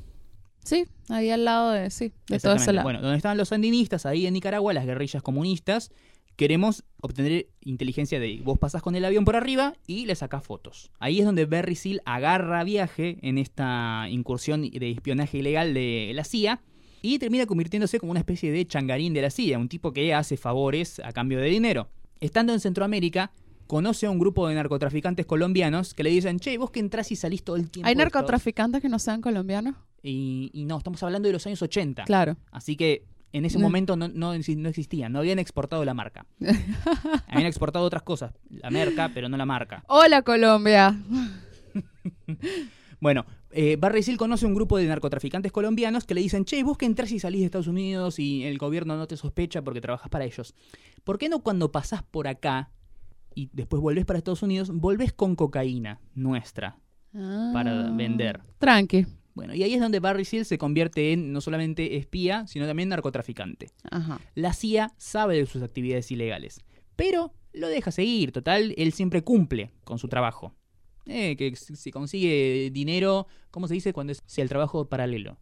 Sí, ahí al lado de, sí, de todo ese
Exactamente.
lado.
Bueno, donde estaban los sandinistas, ahí en Nicaragua, las guerrillas comunistas, queremos obtener inteligencia de vos pasás con el avión por arriba y le sacás fotos. Ahí es donde Barry Seal agarra viaje en esta incursión de espionaje ilegal de la CIA y termina convirtiéndose como una especie de changarín de la CIA, un tipo que hace favores a cambio de dinero. Estando en Centroamérica, conoce a un grupo de narcotraficantes colombianos que le dicen, che, vos que entrás y salís todo el tiempo.
¿Hay
de Estados-"
narcotraficantes que no sean colombianos?
Y, y no, estamos hablando de los años 80.
Claro.
Así que en ese
No.
momento no, no, exi- no existían, no habían exportado la marca. habían exportado otras cosas, la merca, pero no la marca.
Hola Colombia.
Bueno, eh, Barry Seal conoce un grupo de narcotraficantes colombianos que le dicen, che, vos que entras y salís de Estados Unidos y el gobierno no te sospecha porque trabajas para ellos. ¿Por qué no cuando pasás por acá y después volvés para Estados Unidos, volvés con cocaína nuestra? Para
Ah.
vender.
Tranqui.
Bueno, y ahí es donde Barry Seal se convierte en no solamente espía, sino también narcotraficante.
Ajá.
la CIA sabe de sus actividades ilegales. Pero lo deja seguir, total, él siempre cumple con su trabajo. Eh, que si si consigue dinero, ¿cómo se dice cuando es si el trabajo paralelo?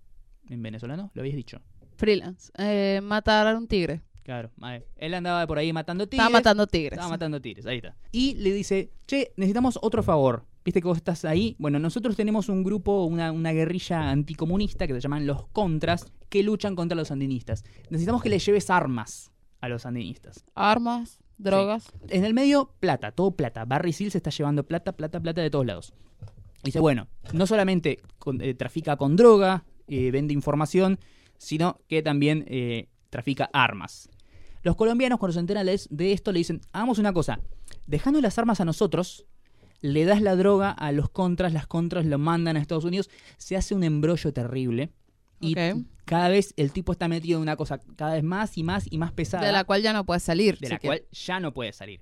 En venezolano, lo habéis dicho.
Freelance. Eh, matar a un tigre.
Claro, mae. él andaba por ahí matando tigres.
Estaba matando tigres.
Estaba matando tigres, ahí está. Y le dice, che, necesitamos otro favor. Viste que vos estás ahí. Bueno, nosotros tenemos un grupo, una, una guerrilla anticomunista que se llaman los Contras, que luchan contra los sandinistas. Necesitamos que le lleves armas a los sandinistas.
Armas, drogas.
En el medio, plata, todo plata. Barry Seal se está llevando plata, plata, plata de todos lados. Dice, bueno, no solamente con- eh, trafica con droga, eh, vende información, sino que también eh, trafica armas. Los colombianos, cuando se enteran les- de esto, le dicen, hagamos una cosa, dejando las armas a nosotros, le das la droga a los contras, las contras lo mandan a Estados Unidos, se hace un embrollo terrible. Y
Ok.
cada vez el tipo está metido en una cosa cada vez más y más y más pesada
De la cual ya no puede salir.
de
así
la
que-
cual ya no puede salir.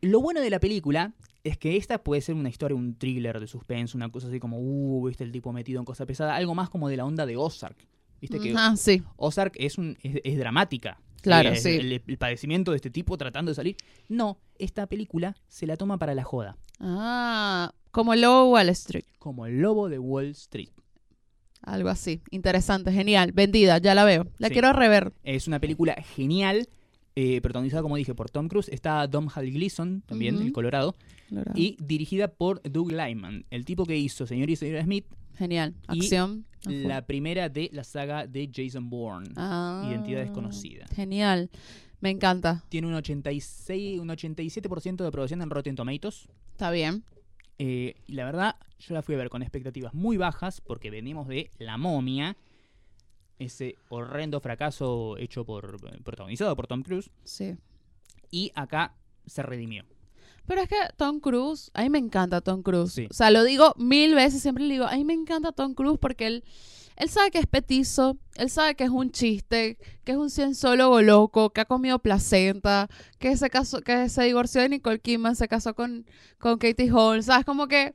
Lo bueno de la película es que esta puede ser una historia, un thriller de suspenso, una cosa así como, uh, viste el tipo metido en cosa pesada, algo más como de la onda de Ozark. Viste que
Ah, sí.
Ozark es, un, es, es dramática. Eh,
Claro,
Es
sí.
El, el padecimiento de este tipo tratando de salir. No, esta película se la toma para la joda,
Ah, como el lobo de Wall Street.
como el lobo de Wall Street.
Algo así. Interesante, genial. Vendida, ya la veo. La
Sí.
quiero rever.
Es una película genial, eh, protagonizada, como dije, por Tom Cruise. Está Dom Hal Gleason, también,
Ujú.
el Colorado. y
Y...
dirigida por Doug Lyman, el tipo que hizo Señor y Señora Smith,
Ah, Genial.
y
Acción. a full.
la primera de la saga de Jason Bourne,
Ah,
Identidad Desconocida.
Genial. Me encanta.
Tiene un 86, un 87% de aprobación en Rotten Tomatoes.
Está bien.
Eh, y la verdad, yo la fui a ver con expectativas muy bajas porque venimos de La momia, ese horrendo fracaso hecho por protagonizado por Tom Cruise
Sí.
y acá se redimió.
Pero es que Tom Cruise, a mí me encanta Tom Cruise.
Sí.
O sea, lo digo mil veces, siempre le digo, a mí me encanta Tom Cruise porque él, él sabe que es petizo, él sabe que es un chiste, que es un cienzólogo loco, que ha comido placenta, que se casó, que se divorció de Nicole Kidman, se casó con, con Katie Holmes, ¿sabes? Como que...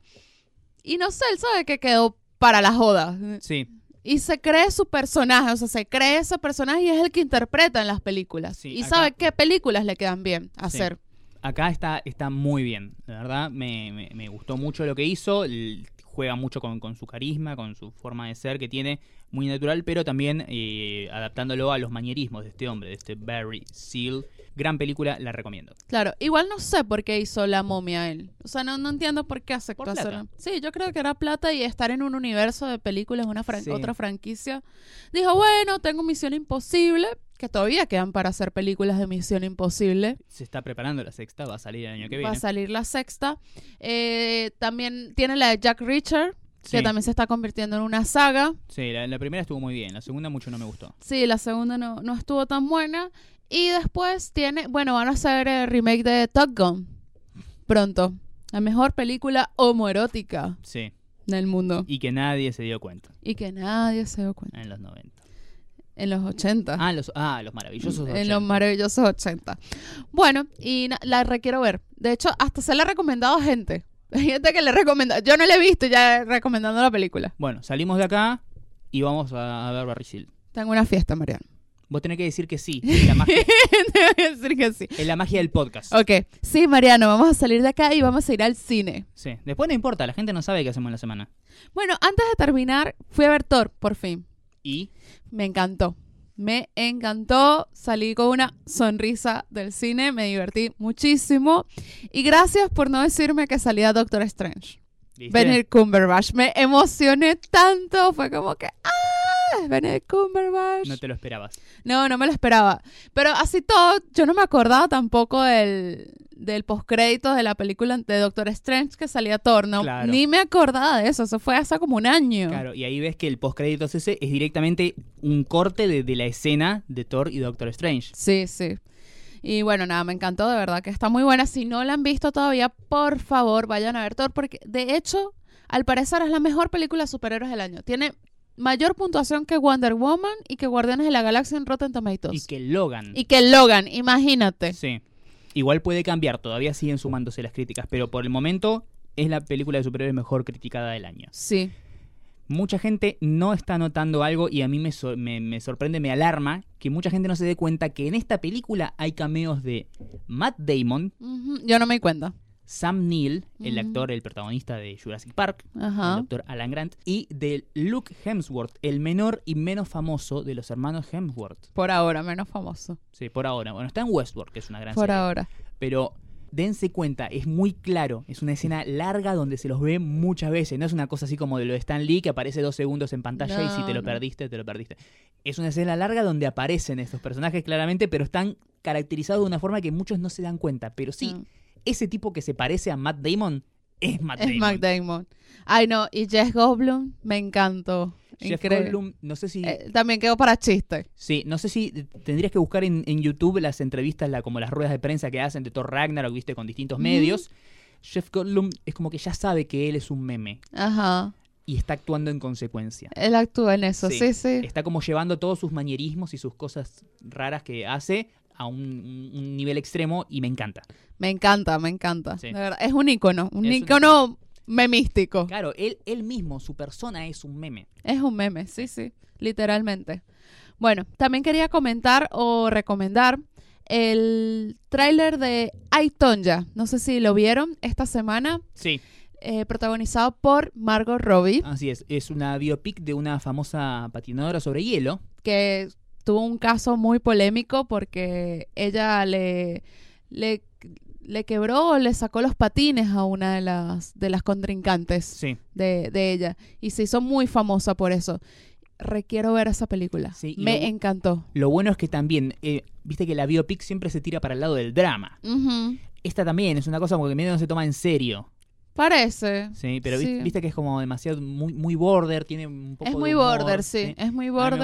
Y no sé, él sabe que quedó para la joda.
Sí,
Y se cree su personaje, o sea, se cree ese personaje y es el que interpreta en las películas.
Sí,
y
acá-
sabe qué películas le quedan bien
Sí.
hacer.
acá está, está muy bien. La verdad, me, me- me gustó mucho lo que hizo. L- Juega mucho con, con su carisma, con su forma de ser que tiene, muy natural, pero también eh, adaptándolo a los manierismos de este hombre, de este Barry Seal. Gran película, la recomiendo.
Claro, igual no sé por qué hizo la momia él. O sea, no, no entiendo por qué aceptó
Por plata.
hacerlo. Sí, yo creo que era plata y estar en un universo de películas, una fran-
Sí.
otra franquicia. Dijo, bueno, tengo Misión Imposible, que todavía quedan para hacer películas de Misión Imposible.
Se está preparando la sexta, va a salir el año que
Va
viene.
a salir la sexta. Eh, también tiene la de Jack Richard,
Sí,
que también se está convirtiendo en una saga.
sí, la, la primera estuvo muy bien, la segunda mucho no me gustó.
Sí, la segunda no, no estuvo tan buena. Y después tiene, bueno, van a hacer el remake de Top Gun pronto. La mejor película homoerótica
Sí,
del mundo.
y que nadie se dio cuenta
Y que nadie se dio cuenta.
en los 90.
En los 80.
Ah, los, ah, los maravillosos.
en los
80.
maravillosos 80. Bueno, y na- la requiero ver. De hecho, hasta se la ha recomendado a gente. Hay gente que le recomendó. Yo no la he visto ya recomendando la película.
Bueno, salimos de acá y vamos a, a ver Barry Seal.
Tengo una fiesta, Mariano.
Vos tenés que decir que sí, es la magia,
Tengo que decir que sí.
es la magia del podcast.
Ok. Sí, Mariano, vamos a salir de acá y vamos a ir al cine.
Sí, después no importa, la gente no sabe qué hacemos en la semana.
Bueno, antes de terminar, fui a ver Thor, por fin.
Y
Me encantó. Me encantó. Salí con una sonrisa del cine. Me divertí muchísimo. Y gracias por no decirme que salía Doctor Strange.
¿viste?
Benedict Cumberbatch. Me emocioné tanto. Fue como que. ¡Ah! es Benedict Cumberbatch.
no te lo esperabas.
No, no me lo esperaba. Pero así todo, yo no me acordaba tampoco del, del postcrédito de la película de Doctor Strange que salía Thor. No,
Claro.
Ni me acordaba de eso. Eso fue hace como un año.
Claro, y ahí ves que el postcrédito ese es directamente un corte de, de la escena de Thor y Doctor Strange.
Sí, sí. Y bueno, nada, me encantó, de verdad que está muy buena. Si no la han visto todavía, por favor, vayan a ver Thor, porque de hecho, al parecer es la mejor película de superhéroes del año. Tiene mayor puntuación que Wonder Woman y que Guardianes de la Galaxia en Rotten Tomatoes.
Y que Logan.
Y que Logan, imagínate.
Sí. Igual puede cambiar, todavía siguen sumándose las críticas, pero por el momento es la película de superhéroes mejor criticada del año.
Sí,
Mucha gente no está notando algo y a mí me, sor- me- me sorprende, me alarma que mucha gente no se dé cuenta que en esta película hay cameos de Matt Damon,
Ujú, yo no me di cuenta.
Sam Neill, el
Mm.
actor, el protagonista de Jurassic Park, el
Ajá.
doctor Alan Grant, y de Luke Hemsworth, el menor y menos famoso de los hermanos Hemsworth.
Por ahora, menos famoso.
Sí, por ahora. Bueno, está en Westworld, que es una gran
Por
serie.
ahora.
Pero dense cuenta, es muy claro. Es una escena larga donde se los ve muchas veces. No es una cosa así como de lo de Stan Lee que aparece dos segundos en pantalla y si
No,
te lo
no.
perdiste, te lo perdiste. Es una escena larga donde aparecen estos personajes claramente, pero están caracterizados de una forma que muchos no se dan cuenta. Pero sí,
Mm.
ese tipo que se parece a Matt Damon es Matt
Es
Damon.
Mac Damon. Ay, no. Y Jeff Goldblum me encantó.
Jeff
Increíble.
Goldblum, no sé si
Eh, también quedó para chiste.
Sí, no sé si tendrías que buscar en, en YouTube las entrevistas, la, como las ruedas de prensa que hacen de Thor Ragnarok, viste, con distintos
Ujú.
medios. Jeff Goldblum es como que ya sabe que él es un meme
Ajá.
y está actuando en consecuencia.
Él actúa en eso.
Sí.
Sí, sí.
Está como llevando todos sus manierismos y sus cosas raras que hace a un, un- un nivel extremo y me encanta.
Me encanta, me encanta.
Sí.
De verdad. Es un ícono. Un
Es un
ícono memístico.
Claro, él, él mismo, su persona es un meme.
Es un meme, sí, sí, literalmente. Bueno, también quería comentar o recomendar el tráiler de Ay Tonja. No sé si lo vieron esta semana,
Sí,
eh, protagonizado por Margot Robbie,
así es. Es una biopic de una famosa patinadora sobre hielo.
que tuvo un caso muy polémico porque ella le, le, le quebró o le sacó los patines a una de las, de las contrincantes
Sí.
de, de ella y se hizo muy famosa por eso. Requiero ver esa película.
Sí, y
Me
lo-
encantó.
Lo bueno es que también, eh, viste que la biopic siempre se tira para el lado del drama.
Ujú.
Esta también es una cosa como que medio no se toma en serio.
Parece.
Sí, pero vi-
Sí.
Viste, que es como demasiado muy, muy border, tiene un poco
Es
de
muy
humor,
border, sí. Es muy
A mí me
border.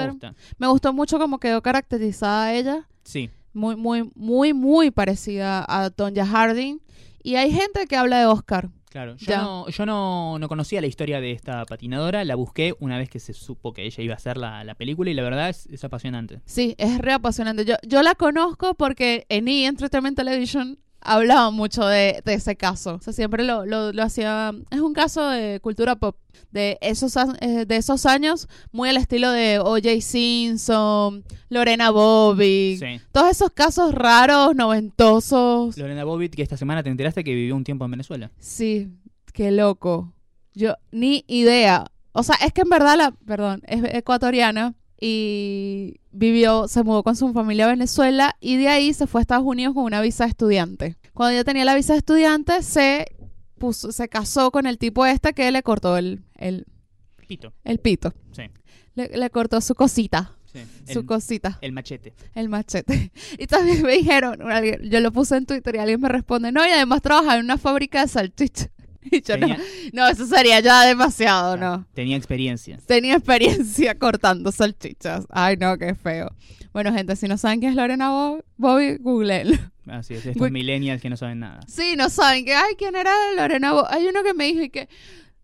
gusta.
me, gustó mucho cómo quedó caracterizada ella.
Sí,
Muy, muy, muy, muy parecida a Tonya Harding. Y hay gente que habla de Oscar.
claro. Yo,
Ya.
no, yo no, no conocía la historia de esta patinadora, la busqué una vez que se supo que ella iba a hacer la, la película y la verdad es, es apasionante.
Sí, es re apasionante. Yo, yo la conozco porque en E! Entertainment Television hablaba mucho de, de ese caso. O sea, siempre lo, lo- lo hacía... Es un caso de cultura pop. De esos, a- eh, de esos años, muy al estilo de O.J. Simpson, Lorena Bobby.
Sí.
Todos esos casos raros, noventosos.
Lorena Bobbitt, que esta semana te enteraste que vivió un tiempo en Venezuela.
Sí, qué loco. Yo ni idea. O sea, es que en verdad la, perdón, es ecuatoriana y vivió, se mudó con su familia a Venezuela y de ahí se fue a Estados Unidos con una visa de estudiante. Cuando ya tenía la visa de estudiante, se puso, se casó con el tipo este que le cortó el, el,
Pito.
el pito.
Sí.
Le, le cortó su cosita,
Sí.
su
El,
cosita.
el machete.
El machete. Y también me dijeron, alguien- yo lo puse en Twitter y alguien me responde, no, y además trabaja en una fábrica de salchicha. Y yo,
Tenía-
no, no, eso sería ya demasiado, no.
Tenía experiencia.
Tenía experiencia cortando salchichas. Ay, no, qué feo. Bueno, gente, si no saben quién es Lorena Bo- Bobby, googleenlo.
Así es, estos
Wik-
millennials que no saben nada.
Sí, no saben que, ay, ¿quién era Lorena Bobby? Hay uno que me dijo y que,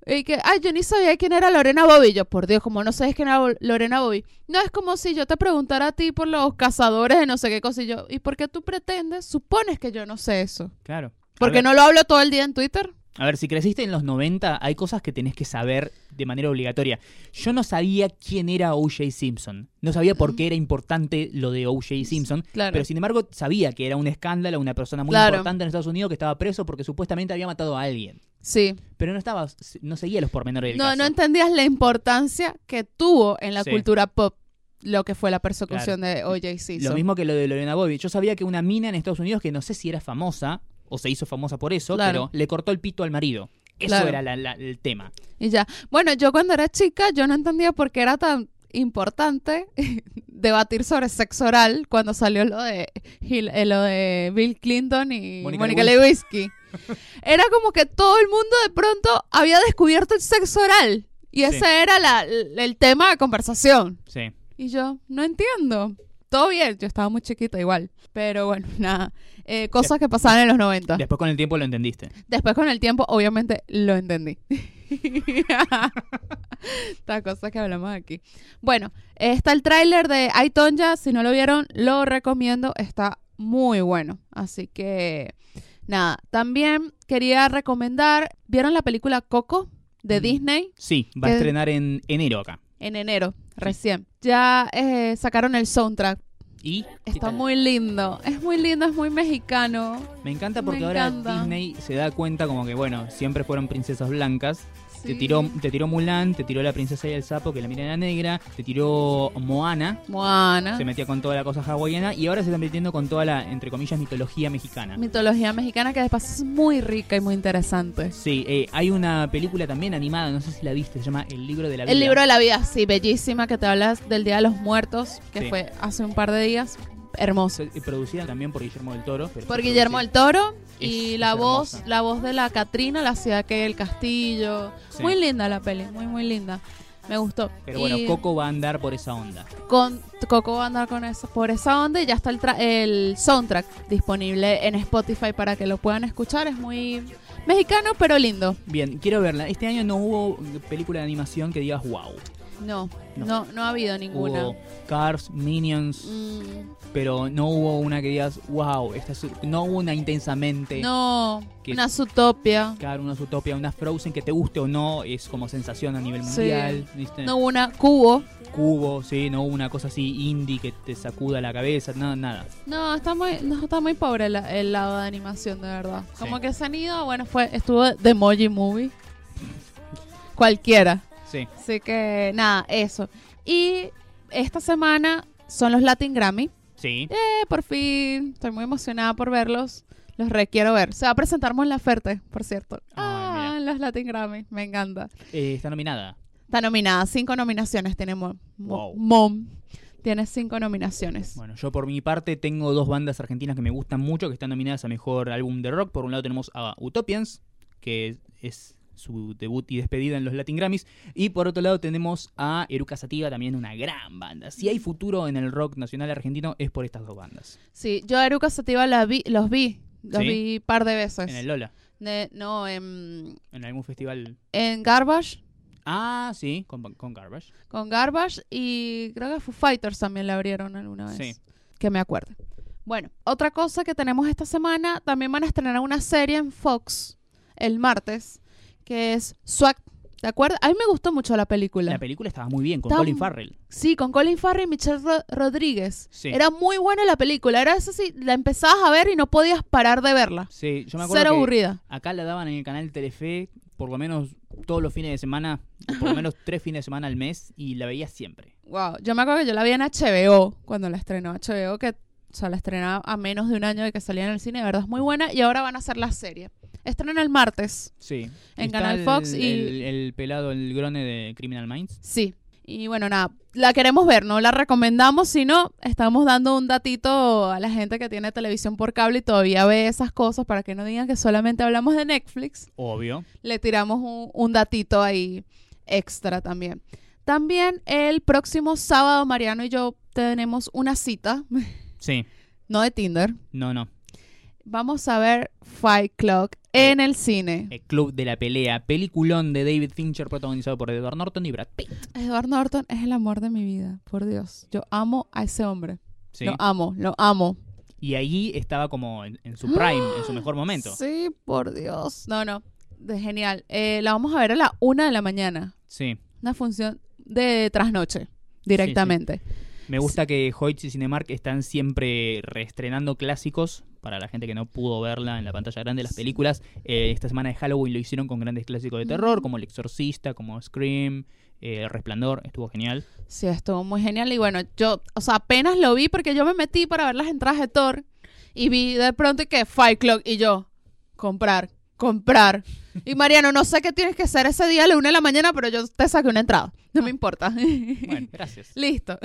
y que, ay, yo ni sabía quién era Lorena Bobby. Yo, por Dios, como no sabes quién era Bo- Lorena Bobby. No, es como si yo te preguntara a ti por los cazadores de no sé qué cosa. Y yo, ¿y por qué tú pretendes? Supones que yo no sé eso.
Claro.
Porque
A ver-
no lo hablo todo el día en Twitter.
A ver, si creciste en los 90, hay cosas que tenés que saber de manera obligatoria. Yo no sabía quién era O.J. Simpson. No sabía por qué era importante lo de O.J. Simpson.
Claro.
Pero sin embargo, sabía que era un escándalo, una persona muy
Claro.
importante en Estados Unidos que estaba preso porque supuestamente había matado a alguien.
Sí.
Pero no estaba, no seguía los pormenores del
No,
caso.
no entendías la importancia que tuvo en la
Sí.
cultura pop lo que fue la persecución de O.J.
Lo
Simpson.
mismo que lo de Lorena Bobby. Yo sabía que una mina en Estados Unidos que no sé si era famosa o se hizo famosa por eso,
Claro.
pero le cortó el pito al marido. Eso
Claro.
era la- la- el tema.
Y ya. Bueno, yo cuando era chica, yo no entendía por qué era tan importante debatir sobre sexo oral cuando salió lo de, Hil- eh, lo de Bill Clinton y
Mónica
Mónica
Lewinsky.
Lewinsky. Era como que todo el mundo de pronto había descubierto el sexo oral. Y
Sí.
ese era la- el tema de conversación.
Sí.
Y yo, no entiendo. Todo bien, yo estaba muy chiquita igual. Pero bueno, nada. Eh, cosas que pasaban en los 90.
Después con el tiempo lo entendiste.
Después con el tiempo, obviamente, lo entendí. Estas cosas que hablamos aquí. Bueno, está el tráiler de Ay, Tonja. Si no lo vieron, lo recomiendo. Está muy bueno. Así que, nada. También quería recomendar, ¿vieron la película Coco de
Mm.
Disney?
Sí, va a
Que-
estrenar en enero acá.
En enero, recién. Ya eh, sacaron el soundtrack
¿Y? ¿Qué
Está
tal?
muy lindo. Es muy lindo, es muy mexicano.
Me encanta
me
porque ahora
encanta.
Disney se da cuenta como que, bueno, siempre fueron princesas blancas. Te,
Sí.
tiró, te tiró Mulan, te tiró la princesa y el sapo, que la mira era negra, te tiró Moana,
Moana.
se metía con toda la cosa hawaiana y ahora se está metiendo con toda la, entre comillas, mitología mexicana.
Mitología mexicana que además es muy rica y muy interesante.
Sí, eh, hay una película también animada, no sé si la viste, se llama El libro de la vida.
El libro de la vida, sí, bellísima, que te hablas del Día de los Muertos, que
Sí.
fue hace un par de días. Hermoso.
Se- eh, producida también por Guillermo del Toro. pero
Por
fue
Guillermo del
producida-
Toro
Es-
y
es
la voz,
hermosa.
la voz de la Catrina, la ciudad que hay el castillo.
Sí.
Muy linda la peli, muy muy linda. Me gustó.
Pero bueno,
Y
Coco va a andar por esa onda.
con Coco va a andar con esa, por esa onda y ya está el, tra- el soundtrack disponible en Spotify para que lo puedan escuchar. Es muy mexicano, pero lindo.
Bien, quiero verla. Este año no hubo película de animación que digas wow.
No,
No.
no, no, ha habido ninguna.
Hubo Cars, Minions,
Mm,
pero no hubo una que digas, wow, esta es- no hubo una intensamente.
No,
Que-
una Zootopia.
Claro, una utopia, una Frozen que te guste o no, es como sensación a nivel
Sí.
mundial. ¿viste?
No una Cubo.
Cubo, sí, no hubo una cosa así indie que te sacuda la cabeza, nada, nada.
No, está muy, no, está muy pobre la- el lado de animación, de verdad.
Sí.
Como que se han ido, bueno, fue, estuvo The Moji Movie. Cualquiera.
Sí,
Así que nada, eso. Y esta semana son los Latin Grammy.
sí.
Eh, por fin, estoy muy emocionada por verlos. Los requiero ver. Se va a presentar Mon Laferte, por cierto.
Ah,
ah, los Latin Grammy, me encanta.
Eh, está nominada.
Está nominada, cinco nominaciones tiene Mom. Mo-
Wow.
Mom tiene cinco nominaciones.
Bueno, yo por mi parte tengo dos bandas argentinas que me gustan mucho, que están nominadas a Mejor Álbum de Rock. Por un lado tenemos a Utopians, que es su debut y despedida en los Latin Grammys. Y por otro lado tenemos a Eruca Sativa, también una gran banda. Si hay futuro en el rock nacional argentino es por estas dos bandas.
Sí, yo a Eruca Sativa la vi, los vi, los
¿Sí?
vi par de veces.
En el Lola,
De- no, en,
en algún festival.
en Garbage,
Ah, sí, con, con Garbage.
con Garbage y creo que Foo Fighters también la abrieron alguna vez.
Sí.
Que me acuerdo. Bueno, otra cosa que tenemos esta semana, también van a estrenar una serie en Fox el martes, que es SWAT. ¿Te acuerdas? A mí me gustó mucho la película.
La película estaba muy bien, con
Está
Colin
mu-
Farrell.
Sí, con Colin Farrell y Michelle Ro- Rodríguez.
Sí.
Era muy buena la película. Era eso sí, la empezabas a ver y no podías parar de verla.
Sí, yo me acuerdo
Ser
que-
aburrida.
Acá la daban en el canal Telefe por lo menos todos los fines de semana, o por lo menos tres fines de semana al mes, y la veía siempre.
Wow, yo me acuerdo que yo la vi en HBO cuando la estrenó HBO, que o sea, la estrenaba a menos de un año de que salía en el cine, de verdad es muy buena, y ahora van a hacer la serie. Estrenan el martes,
Sí.
En Canal Fox y-
El, el pelado, el grone de Criminal Minds.
sí. Y bueno, nada, la queremos ver, no la recomendamos, sino estamos dando un datito a la gente que tiene televisión por cable y todavía ve esas cosas para que no digan que solamente hablamos de Netflix.
Obvio.
le tiramos un, un datito ahí extra también. También el próximo sábado, Mariano y yo tenemos una cita,
Sí.
no de Tinder.
No, no.
Vamos a ver Fight Club en el cine.
El Club de la Pelea, peliculón de David Fincher protagonizado por Edward Norton y Brad Pitt.
Edward Norton es el amor de mi vida, por Dios. Yo amo a ese hombre.
Sí.
Lo amo, lo amo.
ah. Y ahí estaba como en, en su prime, en su mejor momento.
Sí, por Dios. No, no. De genial. Eh, la vamos a ver a la una de la mañana.
Sí.
Una función de trasnoche, directamente.
Me gusta que Hoyts y Cinemark están siempre reestrenando clásicos. Para la gente que no pudo verla en la pantalla grande, las películas. Eh, esta semana de Halloween lo hicieron con grandes clásicos de terror,
Ujú.
como El Exorcista, como Scream, eh, El Resplandor, estuvo genial.
Sí, estuvo muy genial. Y bueno, yo, o sea, apenas lo vi porque yo me metí para ver las entradas de Thor y vi de pronto que Fight Club y yo, comprar, comprar. Y Mariano, no sé qué tienes que hacer ese día a la una de la mañana, pero yo te saqué una entrada. No me importa.
Bueno, gracias.
Listo.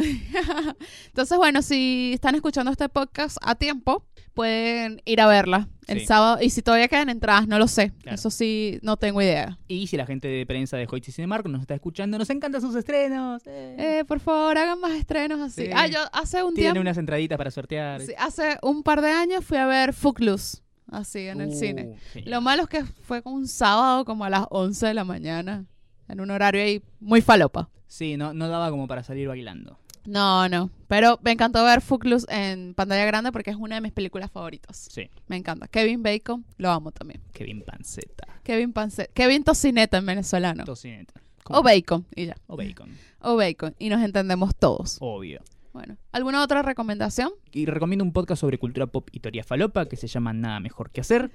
Entonces, bueno, si están escuchando este podcast a tiempo, pueden ir a verla el
Sí.
sábado. Y si todavía quedan entradas, no lo sé.
Claro.
Eso sí, no tengo idea.
Y si la gente de prensa de Hoyts y Cinemark nos está escuchando, nos encantan sus estrenos. Eh.
Eh, por favor, hagan más estrenos así.
Sí.
Ah, yo hace un
Tienen
tiempo...
unas entraditas para sortear.
Sí, hace un par de años fui a ver Footloose, así en el
Uh,
cine.
genial.
Lo malo es que fue un sábado como a las 11 de la mañana, en un horario ahí muy falopa.
Sí, no, no daba como para salir bailando.
No, no, pero me encantó ver Footloose en pantalla grande porque es una de mis películas favoritas.
Sí,
Me encanta. Kevin Bacon, lo amo también.
Kevin Panceta.
Kevin Pancet, Kevin Tocineta en venezolano.
Tocineta.
O Bacon, y ya.
o bacon.
O Bacon, y nos entendemos todos.
Obvio.
Bueno, ¿alguna otra recomendación?
Y recomiendo un podcast sobre cultura pop y teoría falopa que se llama Nada Mejor Que Hacer,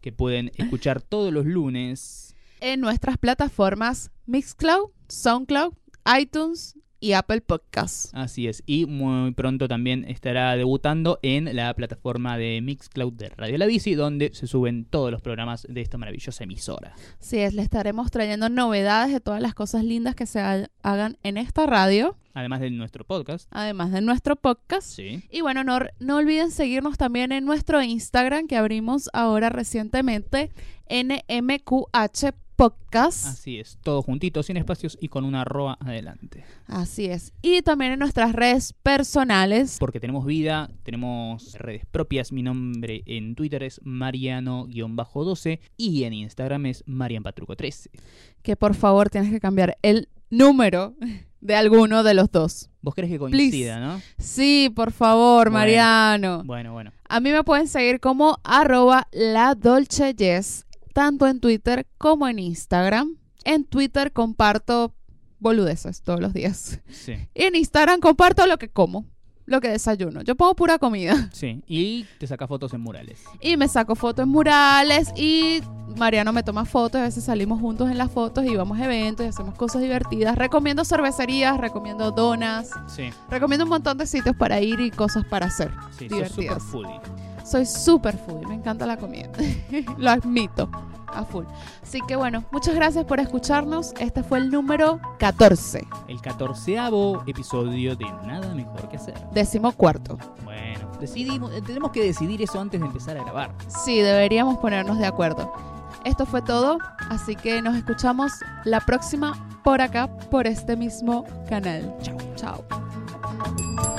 que pueden escuchar todos los lunes.
en nuestras plataformas Mixcloud, Soundcloud, iTunes y Apple Podcasts.
Así es. Y muy pronto también estará debutando en la plataforma de Mixcloud de Radio La Bici, donde se suben todos los programas de esta maravillosa emisora.
Así es, les estaremos trayendo novedades de todas las cosas lindas que se ha- hagan en esta radio,
Además de nuestro podcast.
además de nuestro podcast.
Sí.
Y bueno, no, no olviden seguirnos también en nuestro Instagram que abrimos ahora recientemente, NMQH Podcast.
Así es. Todo juntito, sin espacios y con una arroba adelante.
Así es. Y también en nuestras redes personales.
Porque tenemos vida, tenemos redes propias. Mi nombre en Twitter es Mariano-12 y en Instagram es MarianPatruco13.
que por favor tienes que cambiar el número de alguno de los dos.
Vos querés que
Please.
coincida, ¿no?
Sí, por favor,
Bueno.
Mariano.
Bueno, bueno.
A mí me pueden seguir como arroba la Dolce Yes, tanto en Twitter como en Instagram. En Twitter comparto boludeces todos los días.
Sí.
Y en Instagram comparto lo que como, lo que desayuno. Yo pongo pura comida.
Sí. Y te saca fotos en murales.
Y me saco fotos en murales y Mariano me toma fotos. A veces salimos juntos en las fotos y vamos a eventos y hacemos cosas divertidas. Recomiendo cervecerías, recomiendo donas,
Sí.
recomiendo un montón de sitios para ir y cosas para hacer.
Sí, sos super
Divertidas.
foodie.
Soy super foodie, me encanta la comida. Lo admito a full. Así que bueno, muchas gracias por escucharnos. Este fue el número 14,
El catorceavo episodio de Nada Mejor Que Hacer.
decimocuarto.
Bueno, decidimos, eh, tenemos que decidir eso antes de empezar a grabar.
Sí, deberíamos ponernos de acuerdo. Esto fue todo, así que nos escuchamos la próxima por acá, por este mismo canal.
Chao.
Chao.